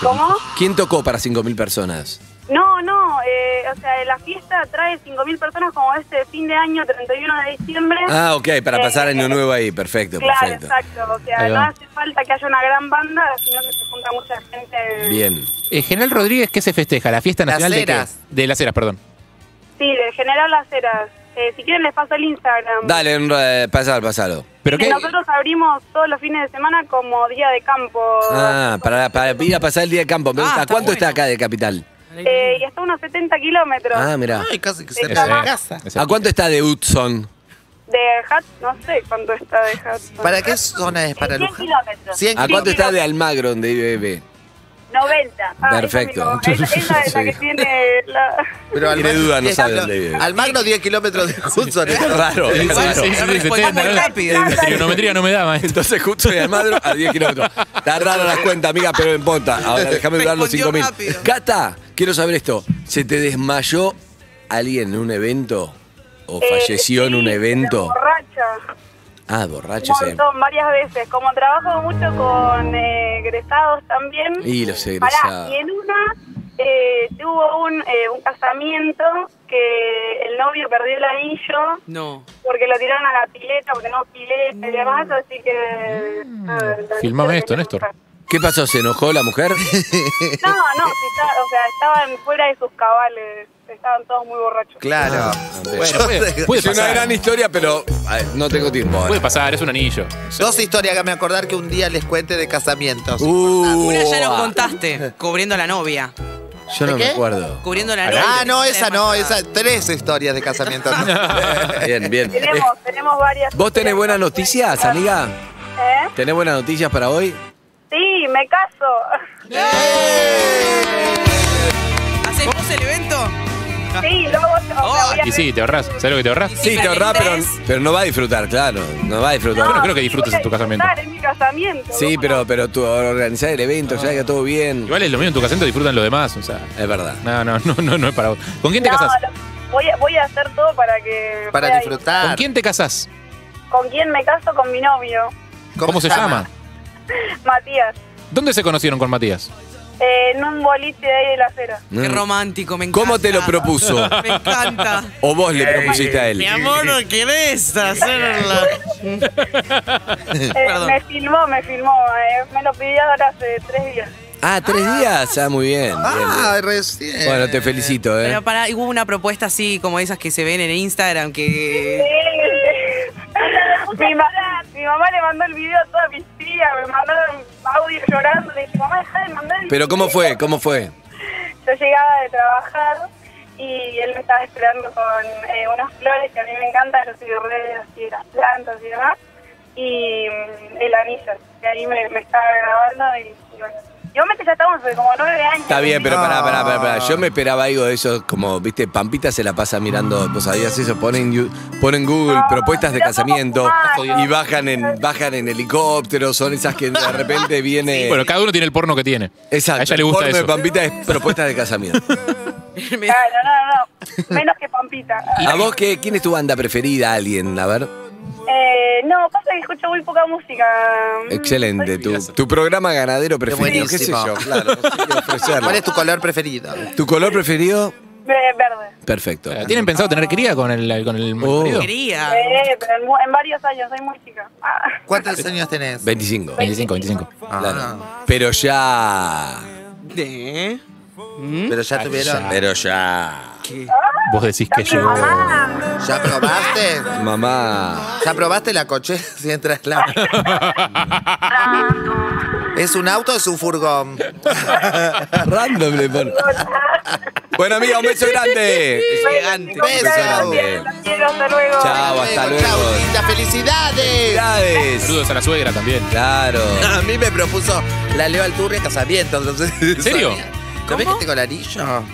Speaker 5: ¿Cómo?
Speaker 11: ¿Quién tocó para 5.000 personas?
Speaker 5: No, no, eh, o sea, la fiesta trae 5.000 personas como este fin de año, 31 de diciembre.
Speaker 11: Ah, ok, para
Speaker 5: Eh,
Speaker 11: pasar año nuevo ahí. Perfecto,
Speaker 5: Claro,
Speaker 11: perfecto.
Speaker 5: exacto. O sea,
Speaker 14: Ahí
Speaker 5: no
Speaker 14: va.
Speaker 5: hace falta que haya una gran banda, sino que se junta mucha gente.
Speaker 11: Bien.
Speaker 14: Eh, General Rodríguez, ¿qué se festeja? ¿La fiesta
Speaker 5: Las
Speaker 14: nacional de qué?
Speaker 5: Heras.
Speaker 14: De las Heras, perdón.
Speaker 5: Sí, de General Las Heras. Eh, si quieren les paso el Instagram.
Speaker 11: Dale, un ra- pasalo, pasalo.
Speaker 14: ¿Pero
Speaker 5: Que Nosotros abrimos todos los fines de semana como día de campo.
Speaker 11: Ah, para, para ir a pasar el día de campo. Me
Speaker 5: Ah,
Speaker 11: gusta.
Speaker 5: está
Speaker 11: ¿Cuánto está acá de Capital?
Speaker 5: Eh, y hasta unos 70 kilómetros.
Speaker 11: Ah, mira.
Speaker 5: casi que
Speaker 11: ¿A cuánto está de Hudson?
Speaker 5: De Hat, no sé cuánto está de Hat.
Speaker 3: ¿Para qué zona es? Para
Speaker 5: 100
Speaker 3: Luján.
Speaker 5: kilómetros.
Speaker 11: ¿A cuánto está de Almagro, donde vive? Bebe?
Speaker 5: 90. Ah,
Speaker 11: Perfecto.
Speaker 5: Esa, misma. Esa- esa es la que
Speaker 11: Sí.
Speaker 5: tiene la...
Speaker 3: Pero
Speaker 11: Tiene duda, no sabe dónde vive.
Speaker 3: Almagro 10 kilómetros de Hudson.
Speaker 11: Es raro, es raro.
Speaker 14: La trigonometría no me da, maestro.
Speaker 11: Entonces, Hudson y Almagro a 10 kilómetros. Está rara las cuentas, amiga, pero en ponta. Ahora déjame durar los 5.000. Cata, quiero saber esto. ¿Se te desmayó alguien en un evento? ¿O
Speaker 5: Eh,
Speaker 11: falleció en un
Speaker 5: sí,
Speaker 11: evento?
Speaker 5: Borracha.
Speaker 11: Ah, borracho.
Speaker 5: un
Speaker 11: se-
Speaker 5: montón, varias veces. Como trabajo mucho con eh, egresados también.
Speaker 11: Y los egresados.
Speaker 5: Pará, y en una eh, tuvo un, eh, un casamiento que el novio perdió el anillo
Speaker 7: No.
Speaker 5: porque lo tiraron a la pileta, porque no pileta y demás, así que... nada,
Speaker 11: Filmame esto, Néstor. ¿Qué pasó? ¿Se enojó la mujer?
Speaker 5: No, no, si está- o sea, estaban fuera de sus cabales, estaban todos muy borrachos.
Speaker 11: Claro.
Speaker 3: Bueno, puede- puede
Speaker 11: es una
Speaker 3: pasar.
Speaker 11: gran historia, pero ay, no tengo tiempo. Puede
Speaker 14: pasar, es un anillo.
Speaker 3: Dos historias que me acordar que un día les cuente de casamientos.
Speaker 11: Uh,
Speaker 7: Una ya nos contaste, cubriendo a la novia.
Speaker 11: Yo no
Speaker 3: ¿De
Speaker 11: me
Speaker 3: qué?
Speaker 11: acuerdo.
Speaker 7: Cubriendo a la novia.
Speaker 3: Ah, no, esa no, esa. Tres historias de casamientos.
Speaker 11: Bien, bien.
Speaker 5: Tenemos, tenemos varias...
Speaker 11: Eh, ¿Vos tenés buenas noticias, amiga?
Speaker 5: ¿Eh?
Speaker 11: ¿Tenés buenas noticias para hoy?
Speaker 5: Sí, me caso.
Speaker 7: ¿Hacemos Eh. el evento? Oh,
Speaker 5: Sí, luego... o sea, voy a-
Speaker 14: Y sí, te ahorras. ¿Sabes lo que te ahorras?
Speaker 11: Sí, te ahorrás, pero, pero no va a disfrutar, claro. No va a disfrutar.
Speaker 5: No, voy a disfrutar,
Speaker 11: casamiento.
Speaker 5: Es mi casamiento.
Speaker 11: Sí, pero, pero tú organizar el evento, ya que todo bien.
Speaker 14: Igual es lo mismo en tu casamiento, disfrutan lo demás. O sea,
Speaker 11: es verdad.
Speaker 14: No, no, no, no, no es para vos. ¿Con quién te
Speaker 5: No,
Speaker 14: casas?
Speaker 5: lo- voy, a, voy a hacer todo para que. pueda ir.
Speaker 14: ¿Con quién te casas?
Speaker 5: ¿Con quién me caso? Con mi novio,
Speaker 14: ¿Cómo, se llama?
Speaker 5: Matías.
Speaker 14: ¿Dónde se conocieron con Matías?
Speaker 5: eh, en un boliche de ahí de la acera.
Speaker 11: Qué
Speaker 7: romántico, me encanta.
Speaker 11: Mm. ¿Cómo te lo propuso?
Speaker 7: Me encanta.
Speaker 11: ¿O vos le propusiste a él?
Speaker 7: Eh, Mi amor, ¿no querés hacerla?
Speaker 5: Eh, me filmó, me filmó. eh, me lo pidió ahora hace tres días.
Speaker 11: Ah, tres días. Ah, muy bien. bien, bien.
Speaker 3: recién.
Speaker 11: Bueno, te felicito, ¿eh?
Speaker 7: Pero para, hubo una propuesta así, como esas que se ven en Instagram,
Speaker 5: Sí.
Speaker 7: que...
Speaker 11: Eh.
Speaker 5: mi, mamá, mi mamá le mandó el video a todas mis tías. Me mandaron audio llorando. Le dije, mamá, dejá de mandar el
Speaker 11: Pero ¿cómo fue? ¿Cómo fue?
Speaker 5: Yo llegaba de trabajar y él me estaba esperando con eh, unas flores que a mí me encantan, yo soy re así de las plantas y demás, y mm, el anillo, que ahí me, me estaba grabando y, y bueno. Y obviamente ya estamos de como nueve años.
Speaker 11: Está bien, pero pará, pará, pará, pará. Yo me esperaba algo de eso, como, viste, Pampita se la pasa mirando, vos sabías eso, ponen, you- ponen Google propuestas de casamiento y bajan en, bajan en helicóptero, son esas que de repente viene...
Speaker 3: Eh.
Speaker 14: Bueno, cada uno tiene el porno que tiene.
Speaker 11: Exacto.
Speaker 14: A ella le gusta
Speaker 11: porno de
Speaker 14: eso.
Speaker 11: Pampita es propuestas de casamiento.
Speaker 5: Claro, no, no, no. Menos que Pampita.
Speaker 11: ¿A vos qué? ¿Quién es tu banda preferida? Alguien, a ver.
Speaker 5: Eh, no, pasa que escucho muy poca música. Mm,
Speaker 11: Excelente. Tu, tu programa ganadero preferido. ¿Qué sé
Speaker 3: buenísimo.
Speaker 11: yo? Claro. no sé qué ofrecerle.
Speaker 3: ¿Cuál es tu color preferido?
Speaker 11: ¿Tu color preferido?
Speaker 5: Eh, verde.
Speaker 11: Perfecto.
Speaker 14: ¿Tienen pensado tener cría con el, con
Speaker 3: Oh.
Speaker 14: el marido?
Speaker 5: Eh, pero en, mu- en varios años, soy muy chica. Ah.
Speaker 3: ¿Cuántos años tenés?
Speaker 11: 25.
Speaker 14: 25, 25.
Speaker 3: Ah.
Speaker 11: Claro. Pero ya.
Speaker 7: ¿Mm?
Speaker 3: Pero Ah, ya tuvieron.
Speaker 11: Pero ya.
Speaker 14: Vos decís que yo.
Speaker 3: ¿Ya probaste?
Speaker 11: Mamá.
Speaker 3: ¿Ya probaste la coche? Si entras la. ¿Es un auto o es un furgón?
Speaker 11: Random le pone. Bueno, amiga, un beso grande.
Speaker 3: Gigante. Beso.
Speaker 11: grande.
Speaker 5: Quiero, hasta luego.
Speaker 11: Chao, hasta luego.
Speaker 3: Claudia, felicidades.
Speaker 11: Felicidades.
Speaker 14: Saludos a la suegra también.
Speaker 11: Claro.
Speaker 3: A mí me propuso la Leo Alturria casamiento. Entonces, ¿En
Speaker 14: serio?
Speaker 3: ¿No ves que tengo el anillo?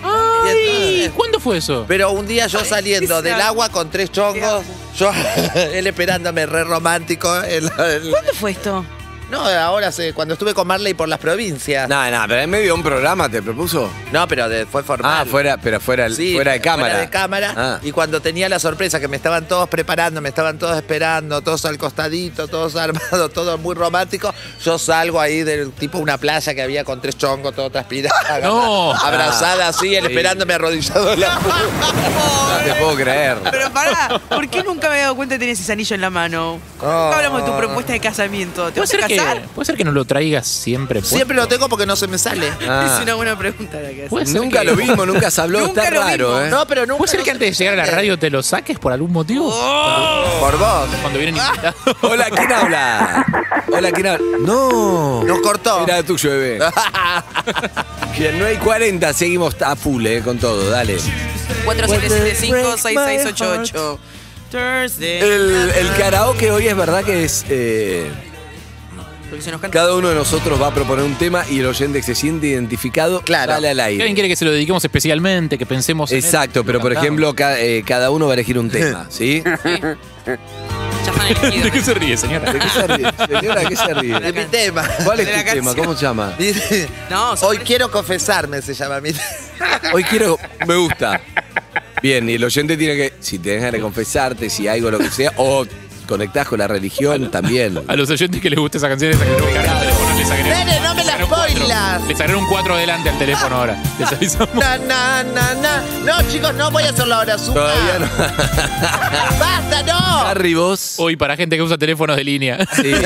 Speaker 14: Ay, ¿Cuándo fue eso?
Speaker 3: Pero un día yo saliendo del agua con tres chongos, yo, él esperándome re romántico. ¿Cuándo
Speaker 7: fue esto?
Speaker 3: No, ahora se- cuando estuve con Marley por las provincias.
Speaker 11: No, no, pero en medio de un programa te propuso.
Speaker 3: No, pero de- fue formal.
Speaker 11: Ah, fuera, pero fuera,
Speaker 3: Sí,
Speaker 11: fuera de cámara.
Speaker 3: Fuera de cámara.
Speaker 11: Ah.
Speaker 3: Y cuando tenía la sorpresa que me estaban todos preparando, me estaban todos esperando, todos al costadito, todos armados, todo muy romántico, yo salgo ahí del tipo una playa que había con tres chongos, todo transpirado.
Speaker 11: No.
Speaker 3: Abrazada
Speaker 11: Ah,
Speaker 3: así, él
Speaker 11: sí.
Speaker 3: esperándome arrodillado en la
Speaker 11: No te puedo creer.
Speaker 7: Pero pará, ¿por qué nunca me había dado cuenta que tenías ese anillo en la mano?
Speaker 11: Oh. Ah.
Speaker 7: Nunca hablamos de tu propuesta de casamiento. ¿Te vas a
Speaker 14: que,
Speaker 7: casar?
Speaker 14: puede ser que no lo traigas siempre. pues. puesto?
Speaker 3: Siempre lo tengo porque no se me sale.
Speaker 14: Ah.
Speaker 7: Es una buena pregunta la que
Speaker 14: Puede
Speaker 7: haces.
Speaker 14: ser que-
Speaker 3: Nunca lo
Speaker 11: ¿eh?
Speaker 3: vimos. No, pero nunca.
Speaker 14: Puede ser que antes de llegar a la radio te lo saques por algún motivo.
Speaker 3: Oh. Por vos. Ah.
Speaker 14: Cuando vienen invitados.
Speaker 11: Hola, ¿quién habla? Hola, ¿quién habla? No.
Speaker 3: Nos cortó.
Speaker 11: Era tuyo, bebé. Bien, 9 y 40, seguimos a full, eh, con todo, dale.
Speaker 7: 4775-6688. Thursday.
Speaker 11: El, el karaoke hoy es verdad que es. eh,
Speaker 7: Porque se nos canta.
Speaker 11: cada uno de nosotros va a proponer un tema y el oyente que se siente identificado sale al
Speaker 14: Si alguien
Speaker 11: aire.
Speaker 14: quiere que se lo dediquemos especialmente, que pensemos en él,
Speaker 11: Exacto,
Speaker 14: lo
Speaker 11: pero por
Speaker 14: cantamos.
Speaker 11: ejemplo, ca- eh, cada uno va a elegir un tema, ¿sí?
Speaker 14: ¿De qué se ríe, señora?
Speaker 11: ¿De qué se ríe? Señora, ¿de qué se ríe?
Speaker 3: De mi tema.
Speaker 11: ¿Cuál es tu tema? ¿Cómo se llama?
Speaker 3: Dice,
Speaker 7: No,
Speaker 3: hoy quiero confesarme, se llama mi
Speaker 11: Hoy quiero. Me gusta. Bien, y el oyente tiene que. Si te dejan de confesarte, si algo, lo que sea, o conectás con la religión también.
Speaker 14: A los oyentes que les gusta esa canción, les sacaron un carajo, les ponen- les sacaron-
Speaker 3: Nene, no me la spoilas. Ah.
Speaker 14: les sacaron un 4 delante al teléfono ahora. Les avisamos.
Speaker 3: Na, na, na, na. No, chicos, no voy a hacerlo ahora. Zuka.
Speaker 11: Todavía no.
Speaker 3: ¡Basta, no!
Speaker 11: Harry, vos.
Speaker 14: Hoy, para gente que usa teléfonos de línea.
Speaker 11: Sí.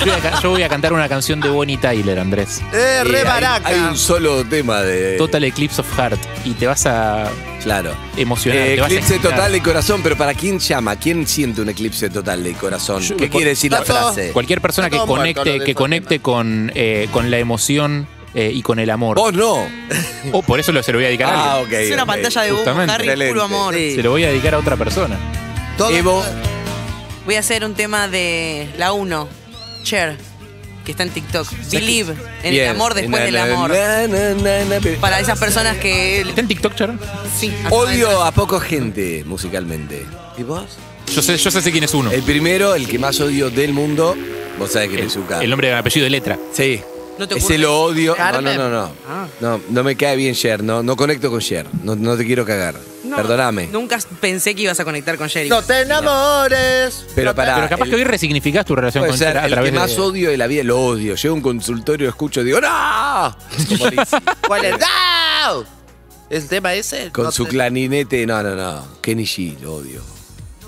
Speaker 3: Eh,
Speaker 14: Yo voy, a, ca- yo voy a cantar una canción de Bonnie Tyler, Andrés.
Speaker 3: Eh,
Speaker 11: Eh,
Speaker 3: re
Speaker 11: hay-
Speaker 3: baraca.
Speaker 11: Hay, un solo tema de.
Speaker 14: Total Eclipse of Heart. Y te vas a
Speaker 11: Claro.
Speaker 14: emocionar.
Speaker 11: Eh,
Speaker 14: te vas a
Speaker 11: eclipse
Speaker 14: excitar.
Speaker 11: total de corazón, pero ¿para quién llama? ¿Quién siente un eclipse total de corazón?
Speaker 14: Yo-
Speaker 11: ¿Qué
Speaker 14: cu-
Speaker 11: quiere decir la
Speaker 3: Está todo-
Speaker 11: frase?
Speaker 14: Cualquier persona que
Speaker 3: Todo muerto lo
Speaker 14: conecte,
Speaker 3: de
Speaker 14: que
Speaker 3: esos
Speaker 14: conecte con, eh, con la emoción eh, y con el amor.
Speaker 11: Vos no.
Speaker 14: O Oh, por eso lo- se lo voy a dedicar a
Speaker 11: Ah,
Speaker 14: alguien.
Speaker 11: ok.
Speaker 7: Es una
Speaker 11: ok.
Speaker 7: pantalla de Hugo,
Speaker 14: Justamente.
Speaker 7: Harry, puro amor.
Speaker 3: Sí.
Speaker 14: Se lo voy a dedicar a otra persona.
Speaker 3: Todo-
Speaker 11: Evo,
Speaker 7: Voy a hacer un tema de la 1, Cher, que está en TikTok. Believe, en el
Speaker 11: bien.
Speaker 7: amor después
Speaker 11: Na,
Speaker 7: del
Speaker 11: na,
Speaker 7: amor.
Speaker 11: na, na, na, na, pero-
Speaker 7: Para esas personas que.
Speaker 14: ¿Está en TikTok, Charo?
Speaker 7: Sí,
Speaker 11: Odio a poco gente musicalmente. ¿Y vos?
Speaker 14: Yo sé, yo sé quién es uno.
Speaker 11: El primero, el que más odio del mundo, vos sabés que es Zucca.
Speaker 14: El nombre del apellido de letra.
Speaker 11: Sí.
Speaker 7: No te
Speaker 11: Ese
Speaker 7: ocurre.
Speaker 11: lo odio. No, no,
Speaker 3: Carmen.
Speaker 11: no, no.
Speaker 7: Ah.
Speaker 11: No, no me cae bien Cher. No, no conecto con Cher. No, no te quiero cagar.
Speaker 7: No,
Speaker 11: Perdóname.
Speaker 7: Nunca pensé que ibas a conectar con Jerry.
Speaker 3: No te enamores.
Speaker 11: Pero
Speaker 3: No te-
Speaker 11: para.
Speaker 14: Pero capaz
Speaker 11: el-
Speaker 14: que hoy resignificás tu relación
Speaker 11: Puede
Speaker 14: con
Speaker 11: ser,
Speaker 14: Sara a
Speaker 11: el que
Speaker 14: través de...
Speaker 11: más odio de la vida lo odio. Llego a un consultorio, lo escucho y digo, ¡No! Como Lizzy,
Speaker 3: ¿Cuál es? ¡No! ¿El tema ese?
Speaker 11: Con
Speaker 3: No
Speaker 11: su
Speaker 3: te-
Speaker 11: clarinete, no, no, no. Kenny G, lo odio.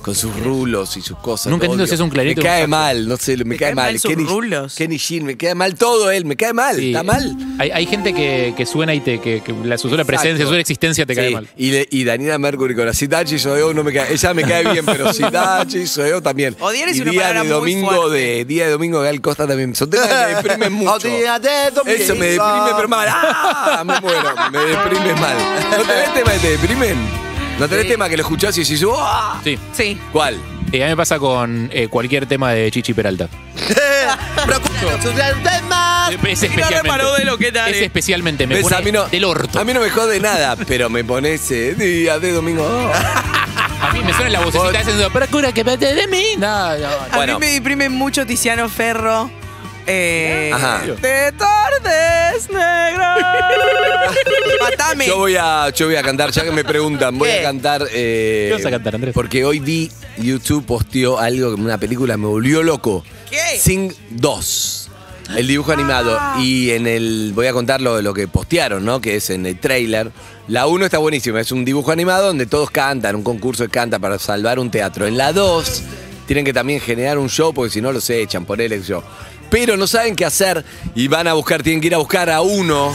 Speaker 11: Con sus rulos y sus cosas.
Speaker 14: Nunca
Speaker 11: lo
Speaker 14: entiendo
Speaker 11: odio.
Speaker 14: si es un
Speaker 11: Me
Speaker 14: clarinete o un
Speaker 11: cae
Speaker 14: saxo.
Speaker 11: mal, no sé, me cae
Speaker 7: ¿Te caen mal
Speaker 11: mal.
Speaker 7: sus
Speaker 11: Kenny,
Speaker 7: rulos?
Speaker 11: Kenny G, me cae mal todo él, me cae mal,
Speaker 14: Sí.
Speaker 11: está mal.
Speaker 14: Hay, hay gente que, que suena y te, que, que la, su sola
Speaker 11: Exacto.
Speaker 14: presencia, su sola existencia te cae
Speaker 11: Sí,
Speaker 14: mal.
Speaker 11: Y, le- y Daniela Mercury con la Citachi Soeo no me cae. Ella me cae bien, pero Citachi Soeo también.
Speaker 7: Odiar es
Speaker 11: y
Speaker 7: una
Speaker 11: día
Speaker 7: palabra
Speaker 11: de
Speaker 7: muy
Speaker 11: domingo
Speaker 7: fuerte.
Speaker 11: de día de domingo de Al Costa también. Son temas que me deprimen mucho.
Speaker 3: Olvídate, domingo.
Speaker 11: Eso me deprime, pero mal. ¡Ah! Me muero. Me deprime mal. ¿No tenés tema que te deprimen? ¿No tenés tema que lo escuchás y decís, ¡ah!
Speaker 14: Sí.
Speaker 7: Sí.
Speaker 11: ¿Cuál?
Speaker 14: Eh, a mí me pasa con eh, cualquier tema de Chichi Peralta.
Speaker 3: Procura sus
Speaker 11: Ah,
Speaker 3: temas.
Speaker 14: Es
Speaker 7: Y no
Speaker 14: especialmente.
Speaker 7: reparó de lo que tal.
Speaker 14: es
Speaker 7: eh.
Speaker 14: especialmente, me
Speaker 11: ¿Ves?
Speaker 14: pone
Speaker 11: a mí no,
Speaker 14: del orto.
Speaker 11: A mí no me jode nada, pero me pones eh, día de domingo. ¡ah!
Speaker 14: A mí me suena la
Speaker 11: Vos-
Speaker 14: vocecita diciendo, procura que vete de mí. No, no, no.
Speaker 7: A
Speaker 11: Bueno.
Speaker 7: mí me deprime mucho Tiziano Ferro. Eh,
Speaker 11: Ajá.
Speaker 7: Te tardes, negro. Matame.
Speaker 11: Yo voy a, yo voy a cantar, ya que me preguntan, voy a
Speaker 3: ¿Qué?
Speaker 11: cantar. eh,
Speaker 14: ¿Qué vas a cantar, Andrés?
Speaker 11: Porque hoy vi YouTube posteó algo que una película me volvió loco.
Speaker 7: ¿Qué?
Speaker 11: Sing 2. El dibujo animado. Y en el. Voy a contar lo, lo que postearon, ¿no? Que es en el trailer. La 1 está buenísima. Es un dibujo animado donde todos cantan, un concurso de canta para salvar un teatro. En la 2 tienen que también generar un show porque si no los echan, por él yo. Pero no saben qué hacer y van a buscar, tienen que ir a buscar a uno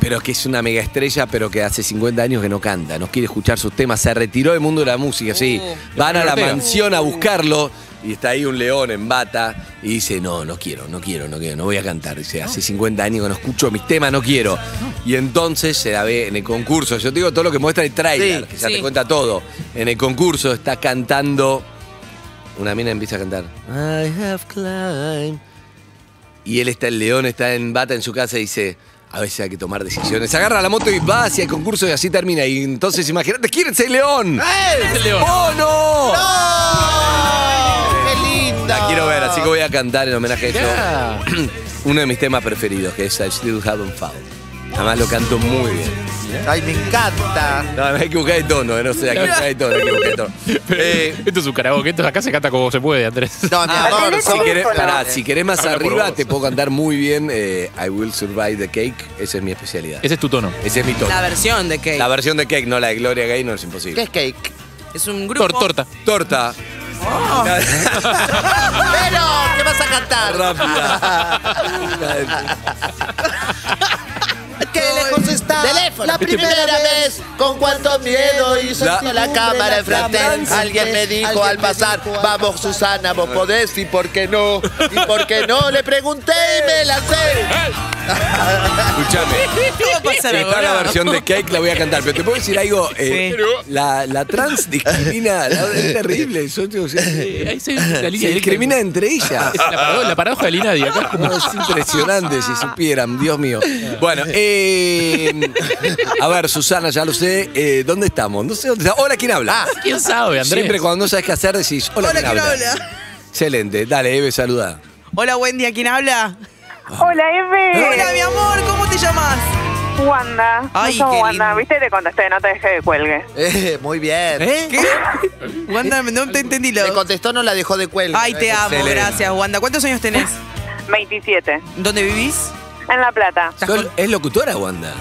Speaker 11: pero que es una mega estrella, pero que hace 50 años que no canta, no quiere escuchar sus temas, se retiró del mundo de la música, sí. Van a la
Speaker 14: Ortega.
Speaker 11: mansión a buscarlo y está ahí un león en bata y dice, no, no quiero, no quiero, no quiero, no voy a cantar. Dice, hace 50 años que no escucho mis temas, no quiero. Y entonces se la ve en el concurso, yo te digo todo lo que muestra el tráiler,
Speaker 3: Sí,
Speaker 11: que ya
Speaker 7: sí.
Speaker 11: te cuenta todo. En el concurso está cantando, una mina empieza a cantar, I have climbed. Y él está, el león está en bata en su casa y dice, a veces hay que tomar decisiones. Agarra la moto y va hacia el concurso y así termina. Y entonces imagínate, ¿quién es el león?
Speaker 3: ¡Eh!
Speaker 14: El león.
Speaker 11: ¡Oh, no!
Speaker 3: ¡No! ¡Qué lindo!
Speaker 11: La quiero ver, así que voy a cantar en homenaje a
Speaker 14: Mirá.
Speaker 11: eso. Uno de mis temas preferidos, que es I Still Haven't Found. Además lo canto muy bien.
Speaker 3: Ay, me encanta.
Speaker 11: No, me equivoqué de tono, eh, no sé, aquí me equivoqué de tono, me equivoqué de tono.
Speaker 14: esto es un karaoke, esto acá se canta como se puede, Andrés.
Speaker 3: Eh. No, mi amor,
Speaker 11: Ah, si,
Speaker 3: somos-
Speaker 11: querés, pará, si querés más
Speaker 14: Habla por
Speaker 11: arriba,
Speaker 14: vos.
Speaker 11: te puedo cantar muy bien eh, I Will Survive the Cake. Esa es mi especialidad.
Speaker 14: Ese es tu tono.
Speaker 11: Ese es mi tono.
Speaker 7: La versión de Cake.
Speaker 11: La versión de Cake, no la de Gloria Gaynor, es
Speaker 7: ¿Qué
Speaker 11: imposible.
Speaker 7: es Cake? Es un grupo.
Speaker 14: torta.
Speaker 11: Torta.
Speaker 3: Pero, Oh. ¿qué vas a cantar?
Speaker 11: Rápida.
Speaker 3: Qué lejos está
Speaker 16: Teléfono.
Speaker 3: la primera vez con cuánto miedo hizo
Speaker 16: La-
Speaker 3: la, la cámara enfrente.
Speaker 16: cámara.
Speaker 3: Alguien me dijo al pasar, vamos Susana, vos podés y por qué no. Y por qué no le pregunté y me la sé.
Speaker 11: Escuchame.
Speaker 7: ¿Cómo pasa
Speaker 11: Si está
Speaker 7: ahora?
Speaker 11: la versión de Cake, la voy a cantar. Pero te puedo decir algo. Eh, La, la trans discrimina. la- es terrible. Yo, digo, sí,
Speaker 14: Eh, ahí se- la
Speaker 11: se
Speaker 14: línea directa.
Speaker 11: discrimina entre ellas.
Speaker 14: Es la parado- la paradoja de Lina Di, acá es como-
Speaker 11: No, es impresionante si supieran, Dios mío. Bueno, eh, a ver, Susana, ya lo sé. eh, ¿Dónde estamos? No sé dónde estamos. Hola, ¿quién habla?
Speaker 14: ¿Quién sabe, Andrés?
Speaker 11: Siempre cuando no sabes qué hacer decís, hola,
Speaker 7: Hola,
Speaker 11: ¿quién,
Speaker 7: ¿quién
Speaker 11: habla? Excelente. Dale, Eve, saluda.
Speaker 7: Hola, Wendy, ¿a quién habla?
Speaker 5: Hola, Eve.
Speaker 7: Hola, mi amor, ¿cómo te llamas?
Speaker 5: Wanda.
Speaker 7: Ay,
Speaker 5: Ay, somos
Speaker 7: qué
Speaker 5: Wanda,
Speaker 7: lindo.
Speaker 5: viste, te contesté, no te dejé de cuelgue.
Speaker 3: Eh, muy bien.
Speaker 7: ¿Qué? Wanda, no te entendí lo.
Speaker 3: Me contestó, no la dejó de cuelga.
Speaker 7: Ay, te amo,
Speaker 3: Excelente.
Speaker 7: gracias, Wanda. ¿Cuántos años tenés?
Speaker 5: 27.
Speaker 7: ¿Dónde vivís?
Speaker 5: En La Plata.
Speaker 11: Sol- ¿Es locutora, Wanda?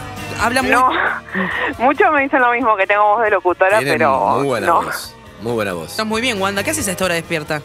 Speaker 7: Habla muy.
Speaker 5: No, muchos me dicen lo mismo, que tengo voz de locutora,
Speaker 11: Tiene
Speaker 5: pero
Speaker 11: muy buena
Speaker 5: no.
Speaker 11: voz. Muy buena voz.
Speaker 7: Estás muy bien, Wanda. ¿Qué haces a esta hora despierta?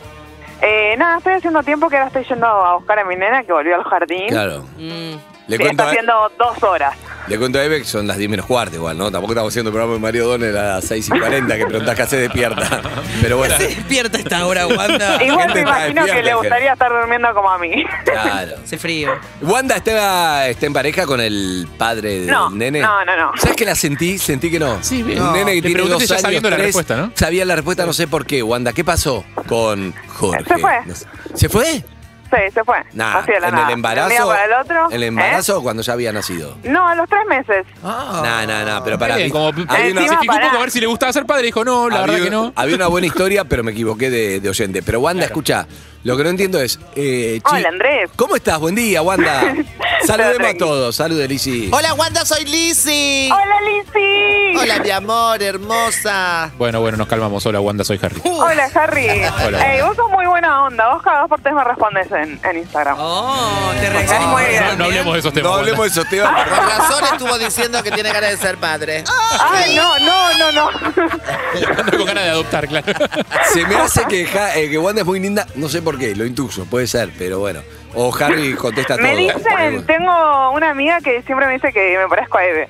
Speaker 5: Eh, nada, estoy haciendo tiempo que ahora estoy yendo a buscar a mi nena que volvió al jardín.
Speaker 11: Claro. Le
Speaker 5: Que
Speaker 11: cuento,
Speaker 5: está
Speaker 11: a,
Speaker 5: haciendo dos horas.
Speaker 11: le cuento a Eve que son las 10 menos cuarto igual, ¿no? Tampoco estamos haciendo el programa de Mario Donner a las 6 y 40, que preguntás qué hace despierta. Pero bueno.
Speaker 7: Despierta a esta hora, Wanda.
Speaker 5: Igual
Speaker 11: gente está
Speaker 5: me imagino que
Speaker 11: despierta,
Speaker 5: le gustaría estar durmiendo como a mí.
Speaker 11: Claro.
Speaker 7: Hace frío.
Speaker 11: ¿Wanda está, está en pareja con el padre del
Speaker 5: No,
Speaker 11: nene?
Speaker 5: no, no, no.
Speaker 11: ¿Sabes que la sentí? Sentí que no.
Speaker 14: Sí, bien.
Speaker 11: Un
Speaker 14: No.
Speaker 11: nene que
Speaker 14: Le
Speaker 11: tiene
Speaker 14: preguntaste
Speaker 11: dos
Speaker 14: ya
Speaker 11: años,
Speaker 14: sabiendo la
Speaker 11: tres,
Speaker 14: respuesta, ¿no?
Speaker 11: Sabía la respuesta, no sé por qué. Wanda, ¿qué pasó con Jorge?
Speaker 5: Se fue.
Speaker 11: No sé. ¿Se fue?
Speaker 5: Sí, se fue.
Speaker 11: Nah,
Speaker 5: Así de la
Speaker 11: en
Speaker 5: nada.
Speaker 11: el
Speaker 5: De
Speaker 11: embarazo.
Speaker 5: un día para el otro.
Speaker 11: ¿En el embarazo o cuando ya había nacido?
Speaker 5: ¿eh? No, a los tres meses.
Speaker 11: Nah, nah, nah, pero para
Speaker 14: Ah, Bien,
Speaker 11: mí.
Speaker 14: como
Speaker 11: había una-
Speaker 14: se fijó un poco a ver si le gustaba ser padre. Dijo, no, la
Speaker 11: había,
Speaker 14: verdad que no.
Speaker 11: había una buena historia, pero me equivoqué de, de oyente. Pero Wanda, escucha, lo que no entiendo es. eh, chi-
Speaker 5: Hola, Andrés.
Speaker 11: ¿Cómo estás? Buen día, Wanda.
Speaker 5: Todo
Speaker 11: Saludemos a
Speaker 5: tranqui.
Speaker 11: todos. Salude, Lisi.
Speaker 3: Hola, Wanda, soy Lizzy.
Speaker 5: Hola, Lizzy.
Speaker 3: Hola, mi amor,
Speaker 11: Ah.
Speaker 3: hermosa.
Speaker 14: Bueno, bueno, nos calmamos. Hola, Wanda, soy Harry.
Speaker 5: Hola, Harry.
Speaker 14: Hola.
Speaker 5: Ey, vos sos muy buena onda. Vos cada dos por tres me respondes en, en Instagram.
Speaker 7: Oh, te
Speaker 5: Estás muy
Speaker 14: No,
Speaker 5: bien.
Speaker 14: no hablemos de esos temas.
Speaker 11: No
Speaker 14: Wanda.
Speaker 11: hablemos de esos temas.
Speaker 3: Con razón estuvo diciendo que tiene ganas de ser padre.
Speaker 7: Ah,
Speaker 5: Ay, no, no, no, no.
Speaker 14: Ando con ganas de adoptar, claro.
Speaker 11: Se me hace que, Ja- eh, que Wanda es muy linda. No sé por qué, lo intuyo, puede ser, pero bueno. O Harry contesta
Speaker 5: Me
Speaker 11: todo.
Speaker 5: dicen, tengo una amiga que siempre me dice que me parezco a Eve.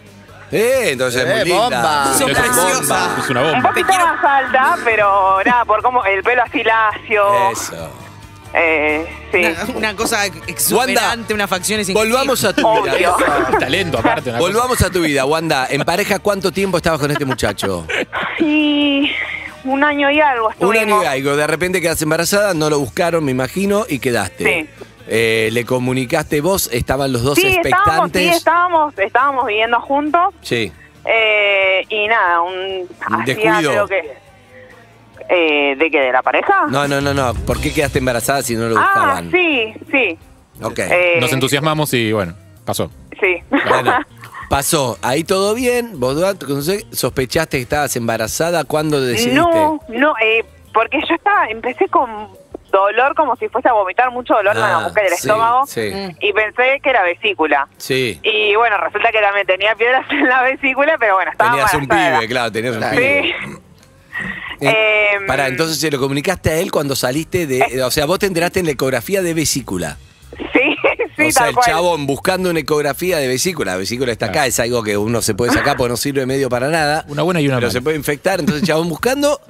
Speaker 11: Eh, entonces es
Speaker 3: Eh,
Speaker 11: muy linda.
Speaker 3: bomba.
Speaker 14: Sos
Speaker 11: Entonces,
Speaker 14: preciosa.
Speaker 11: bomba.
Speaker 14: Es una
Speaker 5: Un
Speaker 14: bomba.
Speaker 5: poquito más alta, pero nada, por como el pelo así lacio.
Speaker 11: Eso.
Speaker 5: Eh, sí.
Speaker 7: Una, una cosa exuberante, una facción es
Speaker 11: Volvamos a tu
Speaker 5: Obvio.
Speaker 11: vida.
Speaker 14: Talento, aparte. una cosa.
Speaker 11: Volvamos a tu vida, Wanda. ¿En pareja cuánto tiempo estabas con este muchacho?
Speaker 5: Y un año y algo
Speaker 11: Un
Speaker 5: estuvimos.
Speaker 11: año y algo. De repente quedas embarazada, no lo buscaron, me imagino, y quedaste.
Speaker 5: Sí.
Speaker 11: Eh, le comunicaste vos, estaban los dos
Speaker 5: Sí, estábamos, sí,
Speaker 11: expectantes.
Speaker 5: estábamos, estábamos viviendo juntos.
Speaker 11: Sí.
Speaker 5: Eh, y nada, un hacía
Speaker 11: descuido.
Speaker 5: creo que eh, de qué de la pareja.
Speaker 11: No, no, no, no. ¿Por qué quedaste embarazada si no lo
Speaker 5: ah,
Speaker 11: buscaban?
Speaker 5: sí, sí,
Speaker 11: Ok.
Speaker 5: eh,
Speaker 14: Nos entusiasmamos y bueno, pasó.
Speaker 5: sí.
Speaker 11: Bueno, pasó. Ahí todo bien. Vos no sé, sospechaste que estabas embarazada. ¿Cuándo decidiste?
Speaker 5: no, no, eh, porque yo estaba empecé con dolor como si fuese a vomitar mucho dolor en la
Speaker 11: Ah,
Speaker 5: boca y del
Speaker 11: sí,
Speaker 5: estómago
Speaker 11: sí.
Speaker 5: y pensé que era vesícula.
Speaker 11: Sí.
Speaker 5: Y bueno, resulta que también tenía piedras en la vesícula, pero bueno, estaba
Speaker 11: Tenías un
Speaker 5: embarazada.
Speaker 11: pibe, claro, tenías un pibe.
Speaker 5: Sí.
Speaker 11: Eh,
Speaker 5: Em,
Speaker 11: Pará, entonces se lo comunicaste a él cuando saliste de. O sea, vos te enteraste en la ecografía de vesícula.
Speaker 5: Sí, sí,
Speaker 11: o sea,
Speaker 5: tal
Speaker 11: el
Speaker 5: cual.
Speaker 11: chabón buscando una ecografía de vesícula. La vesícula está acá, es algo que uno se puede sacar porque no sirve medio para nada.
Speaker 14: Una buena y una
Speaker 11: Pero
Speaker 14: mala.
Speaker 11: se puede infectar, entonces el chabón buscando.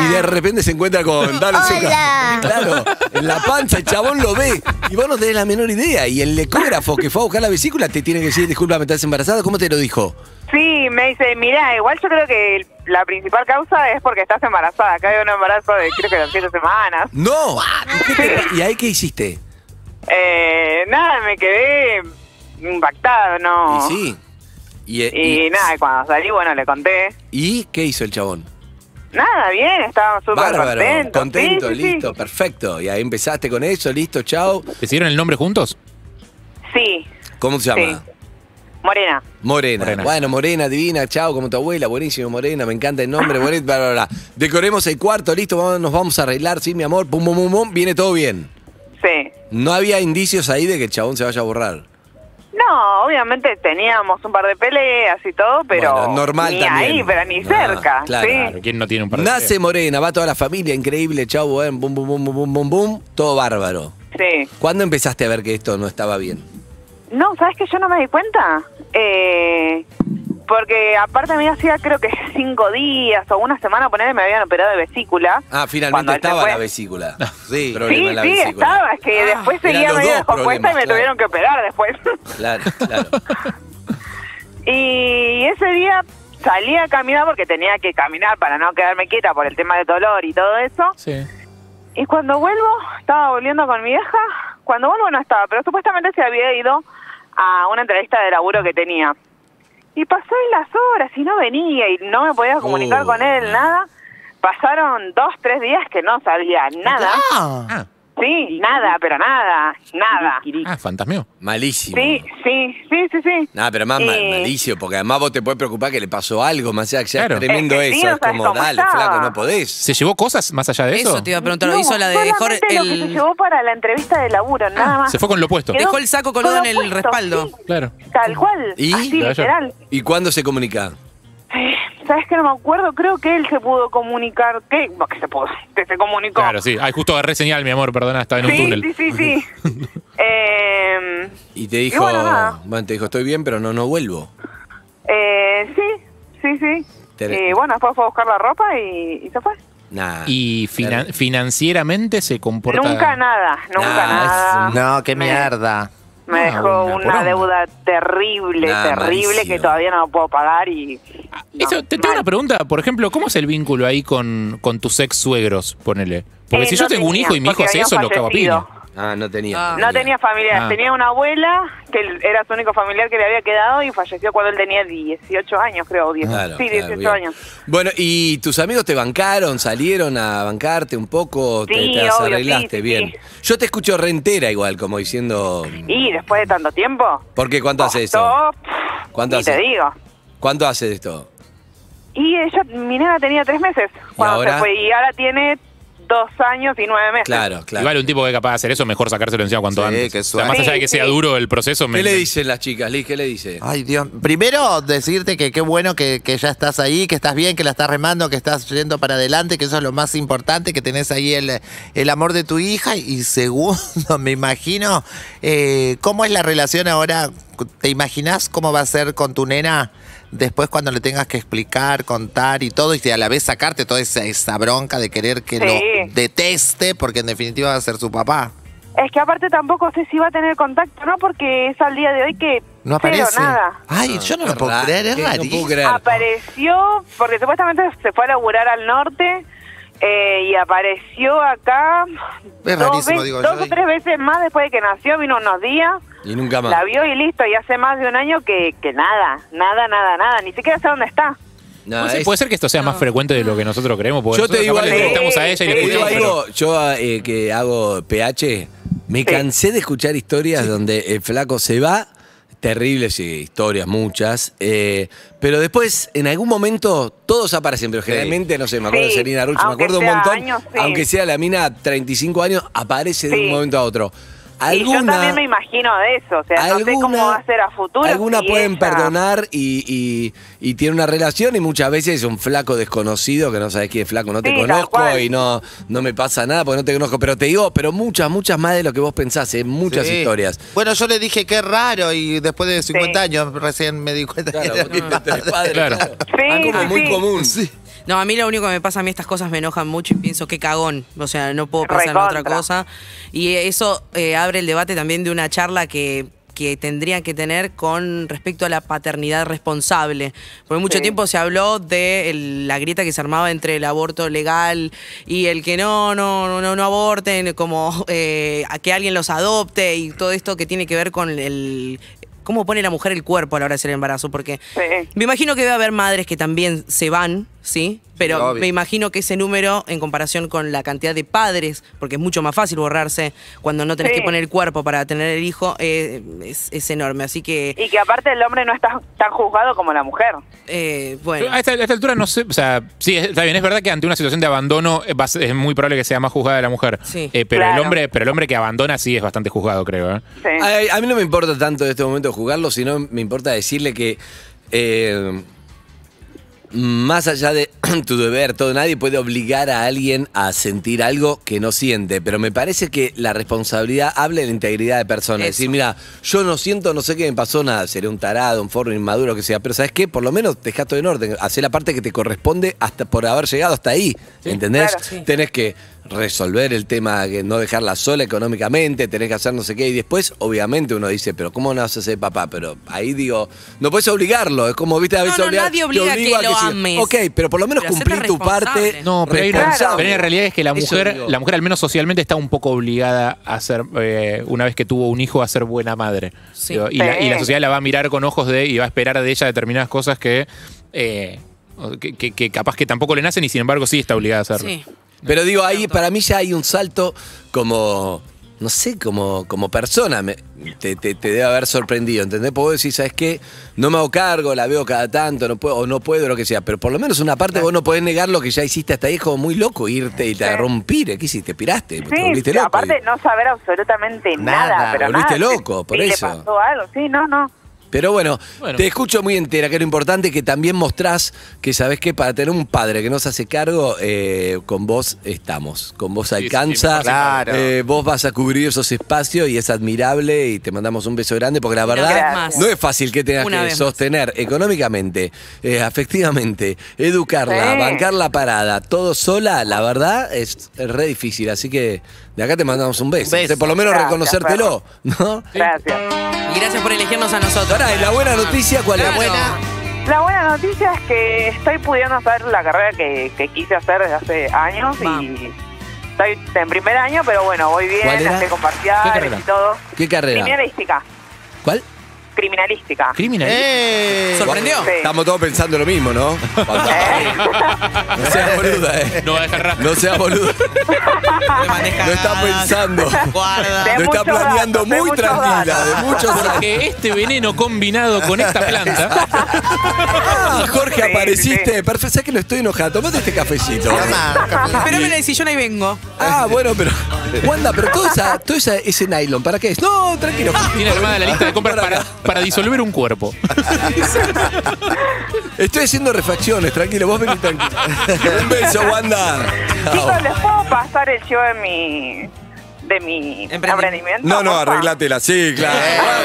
Speaker 11: Y de repente se encuentra con Dale Zucca. Claro, en la panza el chabón lo ve. Y vos no tenés la menor idea. Y el ecógrafo que fue a buscar la vesícula te tiene que decir, disculpa, estás embarazada. ¿Cómo te lo dijo?
Speaker 5: Sí, me dice, mira, igual yo creo que el- la principal causa es porque estás embarazada. Acá hay un embarazo de creo que de siete semanas.
Speaker 11: ¡No! ¿Y qué te- ¿Y ahí qué hiciste?
Speaker 5: Eh, nada, me quedé impactado, ¿no?
Speaker 11: Y sí. Y,
Speaker 5: Y, nada, cuando salí, bueno, le conté.
Speaker 11: ¿Y qué hizo el chabón?
Speaker 5: Nada, bien, estábamos súper
Speaker 11: Bárbaro,
Speaker 5: contentos.
Speaker 11: contento,
Speaker 5: Sí, sí, sí.
Speaker 11: listo, perfecto. Y ahí empezaste con eso, listo, chao.
Speaker 14: ¿Decidieron el nombre juntos?
Speaker 5: Sí,
Speaker 11: ¿Cómo se llama?
Speaker 5: Morena.
Speaker 11: Morena.
Speaker 14: Morena.
Speaker 11: Bueno, Morena, divina, chao, como tu abuela, buenísimo, Morena, me encanta el nombre, Morena, bla, bla, bla. Decoremos el cuarto, listo, vamos- nos vamos a arreglar, sí, mi amor, pum, pum, pum, pum, viene todo bien.
Speaker 5: Sí.
Speaker 11: No había indicios ahí de que el chabón se vaya a borrar.
Speaker 5: No, obviamente teníamos un par de peleas y todo, pero.
Speaker 11: Bueno, normal
Speaker 5: ni
Speaker 11: también.
Speaker 5: ahí, pero ni
Speaker 11: Ah,
Speaker 5: cerca.
Speaker 11: claro.
Speaker 5: sí.
Speaker 14: ¿Quién no tiene un par de
Speaker 11: Nace Morena, va toda la familia, increíble, chao, bueno, pum, pum, pum, pum, pum, pum, pum, todo bárbaro.
Speaker 5: Sí.
Speaker 11: ¿Cuándo empezaste a ver que esto no estaba bien?
Speaker 5: No, ¿sabes que yo no me di cuenta? Eh, porque aparte a mí hacía creo que cinco días o una semana, ponerme, me habían operado de vesícula.
Speaker 11: Ah,
Speaker 5: Cuando
Speaker 11: finalmente
Speaker 5: él se
Speaker 11: estaba
Speaker 5: fue.
Speaker 11: la vesícula. Sí,
Speaker 5: Sí,
Speaker 11: problema en la
Speaker 5: sí,
Speaker 11: vesícula. Ah,
Speaker 5: estaba, es que
Speaker 11: eran
Speaker 5: después seguía
Speaker 11: los
Speaker 5: medio
Speaker 11: dos
Speaker 5: descompuesta y me
Speaker 11: problemas, claro.
Speaker 5: tuvieron que operar después.
Speaker 11: Claro, claro.
Speaker 5: y ese día salí a caminar porque tenía que caminar para no quedarme quieta por el tema del dolor y todo eso.
Speaker 14: Sí.
Speaker 5: Y cuando vuelvo, estaba volviendo con mi vieja. Cuando vuelvo no estaba, pero supuestamente se había ido a una entrevista de laburo que tenía. Y pasé las horas y no venía y no me podía comunicar
Speaker 11: Oh.
Speaker 5: con él, nada. Pasaron dos, tres días que no sabía nada.
Speaker 14: Ah.
Speaker 5: Sí, nada, pero nada, nada.
Speaker 14: Ah, fantasmeo.
Speaker 11: Malísimo.
Speaker 5: Sí, sí, sí, sí, sí.
Speaker 11: Nah, pero más
Speaker 5: Eh,
Speaker 11: mal- malísimo, porque además vos te podés preocupar que le pasó algo, más allá que sea
Speaker 14: Claro.
Speaker 11: tremendo
Speaker 5: Es que sí,
Speaker 11: eso.
Speaker 5: no
Speaker 11: es
Speaker 5: sabes
Speaker 11: como,
Speaker 5: cómo
Speaker 11: dale,
Speaker 5: estaba.
Speaker 11: flaco, no podés.
Speaker 14: ¿Se llevó cosas más allá de eso?
Speaker 7: Eso te iba a preguntar,
Speaker 5: no,
Speaker 7: ¿hizo la de dejar
Speaker 5: solamente lo que se
Speaker 7: el. Ah,
Speaker 5: llevó para la entrevista de laburo, nada más.
Speaker 14: Se fue con lo opuesto.
Speaker 5: Quedó
Speaker 7: Dejó el saco colgado
Speaker 5: con
Speaker 7: en el
Speaker 5: opuesto,
Speaker 7: respaldo.
Speaker 5: sí,
Speaker 14: Claro.
Speaker 5: tal cual,
Speaker 11: ¿Y?
Speaker 5: así, literal.
Speaker 11: ¿Y cuándo se comunica?
Speaker 5: Eh, ¿Sabes que no me acuerdo? Creo que él se pudo comunicar. ¿Qué? No, que se pudo. Que se comunicó.
Speaker 14: Claro, sí. Ay, justo agarré señal, mi amor, perdona, estaba en un
Speaker 5: sí,
Speaker 14: túnel.
Speaker 5: sí, sí, sí. eh,
Speaker 11: Y te
Speaker 5: Y
Speaker 11: dijo,
Speaker 5: bueno, nada.
Speaker 11: bueno, te dijo, estoy bien, pero no, no vuelvo.
Speaker 5: eh, sí, sí, sí.
Speaker 11: Tere-
Speaker 5: Y bueno, después fue a buscar la ropa y, y se fue.
Speaker 11: Nah.
Speaker 14: Y finan- financieramente se comporta.
Speaker 5: Nunca nada, nunca nada.
Speaker 3: No, qué mierda.
Speaker 5: Me
Speaker 14: Ah,
Speaker 5: dejó
Speaker 14: una
Speaker 5: una,
Speaker 14: poronga. Ah,
Speaker 5: deuda terrible,
Speaker 11: Nah,
Speaker 5: terrible,
Speaker 11: malísimo.
Speaker 5: que todavía no puedo pagar y... no.
Speaker 14: Eso, te tengo una pregunta, por ejemplo, ¿cómo es el vínculo ahí con, con tus ex suegros? Ponele. Porque
Speaker 5: Eh,
Speaker 14: si
Speaker 5: no
Speaker 14: yo tengo un
Speaker 5: tenía,
Speaker 14: hijo y mi hijo
Speaker 5: porque
Speaker 14: hace
Speaker 5: habían
Speaker 14: eso, lo cago a piña.
Speaker 5: fallecido.
Speaker 11: Ah, no tenía.
Speaker 5: No tenía familia,
Speaker 14: Ah.
Speaker 5: tenía una abuela que él- era su único familiar que le había quedado y falleció cuando él tenía 18 años, creo. 10,
Speaker 11: Claro,
Speaker 5: sí,
Speaker 11: claro,
Speaker 5: 18
Speaker 11: bien.
Speaker 5: años.
Speaker 11: Bueno, ¿y tus amigos te bancaron, salieron a bancarte un poco? te,
Speaker 5: Sí,
Speaker 11: te las
Speaker 5: obvio, sí,
Speaker 11: arreglaste
Speaker 5: sí,
Speaker 11: bien.
Speaker 5: sí.
Speaker 11: Yo te escucho rentera igual, como diciendo...
Speaker 5: Y después de tanto tiempo,
Speaker 11: ¿Por qué? ¿Cuánto hace eso?
Speaker 5: todo,
Speaker 11: ¿Cuánto
Speaker 5: ni te
Speaker 11: hace?
Speaker 5: digo.
Speaker 11: ¿Cuánto hace esto?
Speaker 5: Y ella, mi nena tenía tres meses cuando
Speaker 11: ahora?
Speaker 5: se fue y ahora tiene dos años y nueve meses.
Speaker 11: Claro, claro.
Speaker 14: Igual un tipo que es capaz de hacer eso, mejor sacárselo encima cuanto antes. O sea,
Speaker 3: suave.
Speaker 14: más allá de
Speaker 3: Sí,
Speaker 14: que sea duro el proceso, me,
Speaker 11: ¿Qué le dicen las chicas, Liz? ¿Qué le dice?
Speaker 3: Ay, Dios. Primero, decirte que qué bueno que, que ya estás ahí, que estás bien, que la estás remando, que estás yendo para adelante, que eso es lo más importante, que tenés ahí el, el amor de tu hija. Y segundo, me imagino, eh, ¿cómo es la relación ahora? ¿Te imaginás cómo va a ser con tu nena? Después cuando le tengas que explicar, contar y todo, y a la vez sacarte toda esa, esa bronca de querer que
Speaker 5: Sí.
Speaker 3: lo deteste, porque en definitiva va a ser su papá.
Speaker 5: Es que aparte tampoco sé si va a tener contacto, ¿no? Porque es al día de hoy que
Speaker 3: No
Speaker 5: cero,
Speaker 3: aparece.
Speaker 5: nada.
Speaker 3: Ay, yo no lo puedo
Speaker 11: Ra-
Speaker 3: creer, es
Speaker 11: que no
Speaker 3: rarísimo.
Speaker 11: puedo creer.
Speaker 5: Ah, Apareció, porque supuestamente se fue a laburar al norte eh, y apareció acá
Speaker 11: Es
Speaker 5: dos,
Speaker 11: rarísimo,
Speaker 5: ve-
Speaker 11: digo
Speaker 5: dos
Speaker 11: yo,
Speaker 5: o
Speaker 11: y-
Speaker 5: tres veces más después de que nació, vino unos días,
Speaker 11: Y nunca más.
Speaker 5: la vio y listo, y hace más de un año que, que nada, nada, nada, nada, ni siquiera sé dónde está.
Speaker 11: Nah,
Speaker 14: Puede ser,
Speaker 11: es-
Speaker 14: puede ser que esto sea más frecuente de lo que nosotros creemos. Porque
Speaker 11: Yo
Speaker 14: nosotros
Speaker 11: te digo
Speaker 14: capaz le
Speaker 11: algo.
Speaker 14: preguntamos a ella y
Speaker 11: Te
Speaker 14: le
Speaker 11: digo
Speaker 14: escuchamos, pero-
Speaker 11: algo, yo eh, que hago PH, me cansé de escuchar historias donde el flaco se va, terribles eh, historias, muchas, eh, pero después en algún momento todos aparecen, pero generalmente, no sé, me acuerdo
Speaker 5: Sí,
Speaker 11: de Selena Ruch, me
Speaker 5: aunque
Speaker 11: acuerdo un
Speaker 5: sea
Speaker 11: montón,
Speaker 5: años, sí.
Speaker 11: aunque sea la mina 35 años, aparece de un
Speaker 5: Sí.
Speaker 11: momento a otro.
Speaker 5: Y yo también me imagino de eso, o sea, no sé cómo va a ser a futuro.
Speaker 11: Algunas
Speaker 5: si
Speaker 11: pueden
Speaker 5: ella-
Speaker 11: perdonar y, y, y tiene una relación y muchas veces es un flaco desconocido que no sabes quién es flaco, no te
Speaker 5: Sí, tal
Speaker 11: conozco
Speaker 5: cual.
Speaker 11: y no, no me pasa nada porque no te conozco. Pero te digo, pero muchas, muchas más de lo que vos pensás, ¿eh? muchas
Speaker 3: Sí.
Speaker 11: historias.
Speaker 3: Bueno, yo le dije qué raro y después de 50 años recién me di cuenta.
Speaker 11: Claro,
Speaker 3: que era
Speaker 11: porque
Speaker 3: mi
Speaker 11: te
Speaker 3: padre.
Speaker 11: padre,
Speaker 14: Claro.
Speaker 5: Sí,
Speaker 11: Algo
Speaker 5: sí,
Speaker 11: muy
Speaker 5: sí.
Speaker 11: común.
Speaker 7: No, a mí lo único que me pasa, a mí estas cosas me enojan mucho y pienso, qué cagón. O sea, no puedo pensar en otra
Speaker 5: Recontra.
Speaker 7: cosa. Y eso eh, abre el debate también de una charla que que tendrían que tener con respecto a la paternidad responsable. Porque mucho
Speaker 5: Sí.
Speaker 7: tiempo se habló de el- la grieta que se armaba entre el aborto legal y el que no, no, no, no, no aborten, como eh, a que alguien los adopte y todo esto que tiene que ver con el cómo pone la mujer el cuerpo a la hora de hacer el embarazo. Porque
Speaker 5: Sí.
Speaker 7: me imagino que debe haber madres que también se van ¿sí? Pero
Speaker 11: Obvio.
Speaker 7: me imagino que ese número, en comparación con la cantidad de padres, porque es mucho más fácil borrarse cuando no tenés
Speaker 5: Sí.
Speaker 7: que poner el cuerpo para tener el hijo, eh, es, es enorme. Así que,
Speaker 5: Y que aparte el hombre no está tan juzgado como la mujer.
Speaker 7: eh,
Speaker 14: Pero
Speaker 7: bueno.
Speaker 14: A esta, a esta altura no sé, o sea, sí, está bien, es verdad que ante una situación de abandono eh, va a ser- es muy probable que sea más juzgada la mujer.
Speaker 7: Sí.
Speaker 14: Eh, pero,
Speaker 11: Claro.
Speaker 14: el hombre, pero el hombre que abandona sí es bastante juzgado, creo. ¿eh?
Speaker 11: Ay, A, mí no me importa tanto en este momento jugarlo, sino me importa decirle que eh, más allá de tu deber, todo, nadie puede obligar a alguien a sentir algo que no siente. Pero me parece que la responsabilidad habla de la integridad de persona. Es decir, mira, yo no siento, no sé qué me pasó nada, seré un tarado, un forro, inmaduro, que sea. Pero ¿sabes qué? Por lo menos dejá todo en orden. Hacé la parte que te corresponde hasta por haber llegado hasta ahí. ¿Entendés?
Speaker 7: Claro, sí.
Speaker 11: tenés que resolver el tema, que no dejarla sola económicamente, tenés que hacer no sé qué, y después obviamente uno dice, pero ¿cómo no vas a ser papá? Pero ahí digo, no puedes obligarlo, es como, viste, a veces
Speaker 7: no,
Speaker 11: obligar-
Speaker 7: nadie
Speaker 11: te
Speaker 7: obliga a
Speaker 11: obligo
Speaker 7: que lo
Speaker 11: siga.
Speaker 7: ames.
Speaker 11: Ok, pero por lo menos
Speaker 7: Pero hacete
Speaker 11: cumplí tu
Speaker 7: responsable.
Speaker 11: parte.
Speaker 14: No, pero, hay una-
Speaker 11: responsable.
Speaker 14: pero la realidad es que la
Speaker 11: Eso
Speaker 14: mujer,
Speaker 11: digo.
Speaker 14: la mujer al menos socialmente está un poco obligada a ser, eh, una vez que tuvo un hijo, a ser buena madre.
Speaker 7: Sí.
Speaker 14: Digo, y, la,
Speaker 7: Sí.
Speaker 14: y la sociedad la va a mirar con ojos de y va a esperar de ella determinadas cosas que, eh, que, que- que capaz que tampoco le nacen y sin embargo sí está obligada a hacerlo.
Speaker 11: Pero digo, ahí para mí ya hay un salto como, no sé, como, como persona. me- te, te- te debe haber sorprendido, ¿entendés? Porque vos decís, ¿sabes qué? No me hago cargo, la veo cada tanto, no puedo, o no puedo, lo que sea. Pero por lo menos una parte vos no podés negar lo que ya hiciste hasta ahí. Es como muy loco irte y te agarró un pire. ¿Qué hiciste? ¿Piraste? ¿Te
Speaker 5: Sí,
Speaker 11: volviste
Speaker 5: pero
Speaker 11: loco?
Speaker 5: aparte no saber absolutamente nada.
Speaker 11: Nada,
Speaker 5: pero
Speaker 11: volviste
Speaker 5: nada.
Speaker 11: loco, por
Speaker 5: Sí,
Speaker 11: eso.
Speaker 5: le pasó algo, sí, no, no.
Speaker 11: Pero bueno, te escucho muy entera, que lo importante es que también mostrás que sabés que para tener un padre que nos hace cargo, eh, con vos estamos, con vos alcanza,
Speaker 17: sí, claro.
Speaker 11: eh, vos vas a cubrir esos espacios y es admirable y te mandamos un beso grande porque la
Speaker 17: Una vez
Speaker 11: verdad
Speaker 17: más.
Speaker 11: no es fácil que tengas
Speaker 17: Una
Speaker 11: que
Speaker 17: vez más.
Speaker 11: sostener económicamente, eh, afectivamente, educarla,
Speaker 17: Sí.
Speaker 11: bancar la parada, todo sola, la verdad es re difícil, así que de acá te mandamos un beso,
Speaker 7: beso.
Speaker 11: por lo menos
Speaker 7: Gracias,
Speaker 11: reconocértelo, ¿no?
Speaker 5: Gracias.
Speaker 7: Y gracias por elegirnos a nosotros.
Speaker 11: Pará, ¿y la buena noticia cuál es?
Speaker 7: Claro.
Speaker 5: La buena noticia es que estoy pudiendo hacer la carrera que, que quise hacer desde hace años y estoy en primer año, pero bueno, voy
Speaker 11: ¿Cuál
Speaker 5: bien,
Speaker 11: era?
Speaker 5: la estoy con
Speaker 11: ¿Qué
Speaker 5: parciales
Speaker 11: carrera?
Speaker 5: y todo.
Speaker 11: ¿Qué carrera?
Speaker 5: Criminalística.
Speaker 11: ¿Cuál?
Speaker 5: Criminalística.
Speaker 14: Criminalística. Eh,
Speaker 7: ¿Sorprendió?
Speaker 5: Sí.
Speaker 11: Estamos todos pensando lo mismo, ¿no? No seas boluda, eh.
Speaker 14: No va a dejar rastro.
Speaker 11: No seas boluda. No está pensando. Lo está planeando muy tranquila, de muchos años.
Speaker 14: Porque este veneno combinado con esta planta.
Speaker 11: Ah, Jorge, apareciste. Perfecto, sabes que lo estoy enojado. Tomate este cafecito.
Speaker 7: Espérame en el sillón y vengo.
Speaker 11: Ah, bueno, pero. Wanda, pero todo, esa, todo esa- ese nylon, ¿para qué es? No, tranquilo.
Speaker 14: Ah, Tiene armada la lista de compras para, Ah. para disolver un cuerpo.
Speaker 11: Estoy haciendo refacciones, tranquilo. Vos venís tranquilo. Un beso, Wanda. Oh.
Speaker 5: Chicos, ¿les puedo pasar el chivo de mi, de mi emprendimiento?
Speaker 11: No, no,
Speaker 5: porfa?
Speaker 11: arreglátela, sí, claro.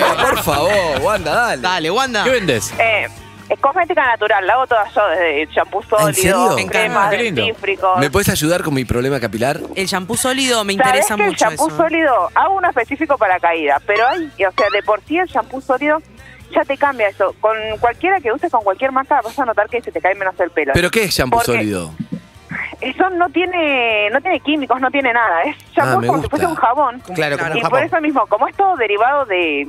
Speaker 11: Wanda, por favor, Wanda, dale.
Speaker 7: Dale, Wanda.
Speaker 14: ¿Qué vendes?
Speaker 5: Eh, es cosmética natural, la hago toda yo, desde champú
Speaker 11: Ah, ¿en
Speaker 5: sólido,
Speaker 11: serio?
Speaker 5: cremas,
Speaker 11: Qué lindo.
Speaker 5: dentífricos.
Speaker 11: ¿Me puedes ayudar con mi problema capilar?
Speaker 7: El shampoo sólido me
Speaker 5: ¿Sabés
Speaker 7: interesa
Speaker 5: que el
Speaker 7: mucho
Speaker 5: shampoo
Speaker 7: eso.
Speaker 5: sólido, hago uno específico para caída, pero hay, o sea, de por sí el shampoo sólido ya te cambia eso. Con cualquiera que uses, con cualquier marca, vas a notar que se te cae menos el pelo.
Speaker 11: ¿Pero qué es shampoo
Speaker 5: Porque
Speaker 11: sólido?
Speaker 5: Eso no tiene, no tiene químicos, no tiene nada. Es
Speaker 11: Ah,
Speaker 5: shampoo
Speaker 11: me
Speaker 5: como si
Speaker 11: gusta.
Speaker 5: fuese un jabón.
Speaker 11: Claro, como un
Speaker 5: Y
Speaker 11: jabón.
Speaker 5: por eso mismo, como es todo derivado de,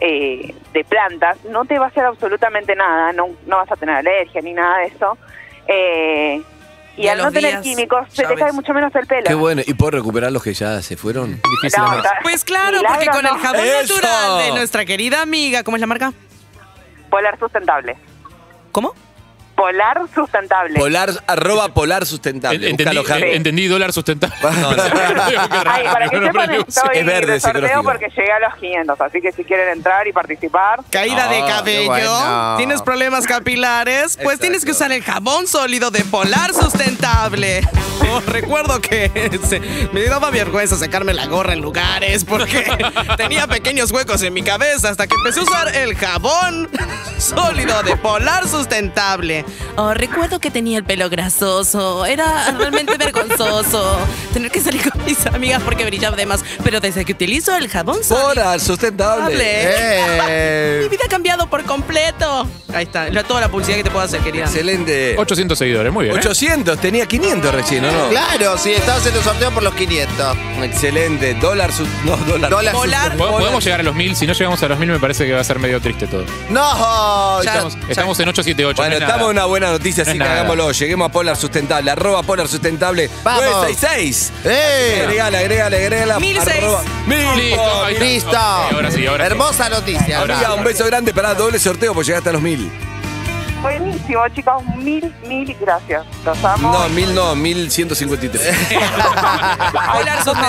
Speaker 5: eh, de plantas, no te va a hacer absolutamente nada, no, no vas a tener alergia ni nada de eso. Eh, y
Speaker 7: Y a
Speaker 5: al no
Speaker 7: los
Speaker 5: tener
Speaker 7: días,
Speaker 5: químicos, se
Speaker 7: ya
Speaker 5: te
Speaker 7: ves.
Speaker 5: cae mucho menos el pelo.
Speaker 11: Qué bueno. ¿Y puedo recuperar los que ya se fueron?
Speaker 5: No, está-
Speaker 7: Pues claro,
Speaker 5: Milagro
Speaker 7: porque con
Speaker 5: no.
Speaker 7: el jabón
Speaker 11: ¡Eso!
Speaker 7: natural de nuestra querida amiga, ¿cómo es la marca?
Speaker 5: Polar sustentable.
Speaker 7: ¿Cómo?
Speaker 5: Polar sustentable.
Speaker 11: Polar, arroba polar sustentable.
Speaker 14: Entendí,
Speaker 11: Búscalo, Harry.
Speaker 14: eh, entendí dólar sustentable.
Speaker 5: Ay, para que
Speaker 14: No, no,
Speaker 5: sepan,
Speaker 14: no, no,
Speaker 5: estoy
Speaker 11: es verde
Speaker 5: de
Speaker 11: ese
Speaker 5: sorteo
Speaker 11: ecológico.
Speaker 5: porque llegué a los 500, así que si quieren entrar y participar.
Speaker 7: Caída
Speaker 14: Ah,
Speaker 7: de cabello, tienes problemas capilares, pues
Speaker 5: Exacto.
Speaker 7: tienes que usar el jabón sólido de Polar Sustentable. Oh, recuerdo que se- me daba vergüenza sacarme la gorra en lugares porque tenía pequeños huecos en mi cabeza hasta que empecé a usar el jabón sólido de Polar Sustentable. Oh, recuerdo que tenía el pelo grasoso, era realmente vergonzoso tener que salir con mis amigas porque brillaba de más, pero desde que utilizo el jabón
Speaker 11: Polar sustentable.
Speaker 7: Sustentable.
Speaker 11: Eh,
Speaker 7: Mi vida ha cambiado por completo. Ahí está, la- toda la publicidad que te puedo hacer, querida.
Speaker 11: Excelente.
Speaker 14: 800 seguidores, muy bien. ¿eh?
Speaker 11: 800, tenía 500 recién, ¿o no?
Speaker 17: Claro, sí, estaba haciendo un sorteo por los 500.
Speaker 11: Excelente. Dólar, sus- no, dólar.
Speaker 17: Dólar Polar.
Speaker 14: Po- Podemos llegar a los 1000. Si no llegamos a los 1000, me parece que va a ser medio triste todo.
Speaker 17: No,
Speaker 14: Estamos, estamos en 878.
Speaker 11: Bueno,
Speaker 14: no es nada.
Speaker 11: estamos en una una buena noticia, así
Speaker 18: No es
Speaker 11: que
Speaker 18: nada.
Speaker 11: hagámoslo. Lleguemos a Polar Sustentable, arroba Polar Sustentable
Speaker 14: Vamos.
Speaker 11: 966.
Speaker 14: ¡Eh!
Speaker 11: Agregala, agregala, agregala.
Speaker 14: Mil seis.
Speaker 11: arroba- Mil.
Speaker 14: Listo, ahí está. Listo. Ok, ahora sí, ahora sí. Hermosa noticia.
Speaker 11: Amiga,
Speaker 14: Ahora.
Speaker 11: un beso grande para doble sorteo, pues llegaste a los mil.
Speaker 5: Buenísimo, chicos. Mil, mil gracias. Los amo.
Speaker 11: No, mil no, mil ciento cincuenta y tres.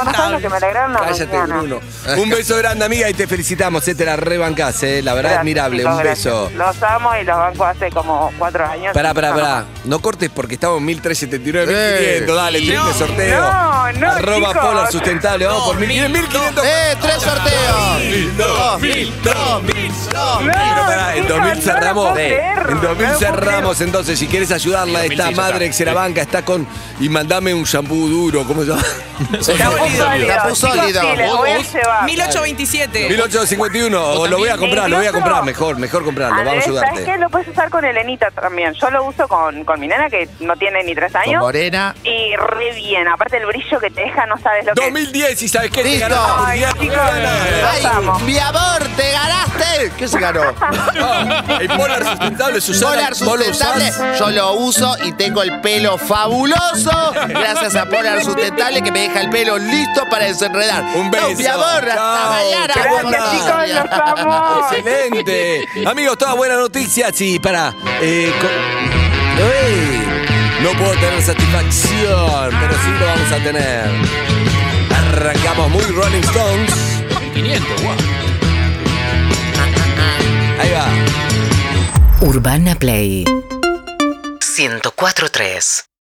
Speaker 5: Polar que me alegraron la
Speaker 11: Cállate,
Speaker 5: mañana.
Speaker 11: Bruno. Un beso grande, amiga, y te felicitamos, eh, te la rebancás, eh. La verdad,
Speaker 5: Gracias,
Speaker 11: admirable.
Speaker 5: chicos,
Speaker 11: Un
Speaker 5: gracias.
Speaker 11: beso.
Speaker 5: Los amo y los banco hace como cuatro años.
Speaker 11: Pará, pará,
Speaker 5: No,
Speaker 11: pará. No cortes porque estamos en 1379,
Speaker 14: Eh.
Speaker 11: 1500. Dale,
Speaker 14: No,
Speaker 11: triple sorteo.
Speaker 14: no, no,
Speaker 11: Arroba
Speaker 14: chicos.
Speaker 11: Polar Sustentable. Vamos por mil. Miren, 1500.
Speaker 14: ¡Eh! ¡Tres sorteos!
Speaker 11: Dos mil, dos mil, dos mil. Pero pará, En
Speaker 14: chicos,
Speaker 11: 2000
Speaker 14: no lo
Speaker 11: cerramos.
Speaker 14: puedo creer.
Speaker 11: En 2000
Speaker 14: No lo puedo
Speaker 11: cerramos. Entonces, si quieres ayudarla, esta
Speaker 14: 2006 ya
Speaker 11: madre
Speaker 14: está.
Speaker 11: Xerabanca está con. Y mandame un shampoo duro. ¿Cómo se llama?
Speaker 14: Shampoo sólido.
Speaker 5: Dale.
Speaker 19: 1827.
Speaker 11: 1851. O lo voy a comprar, lo voy a comprar. Mejor, mejor comprarlo. Vamos a
Speaker 5: Andrés, ¿sabes
Speaker 11: ayudarte.
Speaker 5: qué? Lo puedes usar con Elenita también. Yo lo uso con, con mi nena, que no tiene ni tres años.
Speaker 14: morena.
Speaker 5: Y re bien. Aparte, el brillo que te deja, no sabes lo que
Speaker 11: 2010, ¿y sabes qué?
Speaker 5: Te
Speaker 14: ¡Listo!
Speaker 5: ganás un día.
Speaker 14: ¡Ay, mi amor! ¡Te ganaste! ¿Qué se ganó?
Speaker 11: El polar sustentable, Susana.
Speaker 14: Polar
Speaker 11: ¿vos lo usás?
Speaker 14: sustentable. Yo lo uso y tengo el pelo fabuloso. Gracias a Polar sustentable que me deja el pelo listo para desenredar.
Speaker 11: Un beso.
Speaker 14: No, mi amor, hasta
Speaker 11: Chao,
Speaker 14: mañana.
Speaker 11: qué buena.
Speaker 14: Gracias,
Speaker 11: Excelente. Amigos, toda buena noticia. Sí, para. eh, no puedo tener satisfacción, pero sí lo vamos a tener. Arrancamos muy Rolling Stones. 500, wow. Ahí va.
Speaker 3: Urbana Play 104.3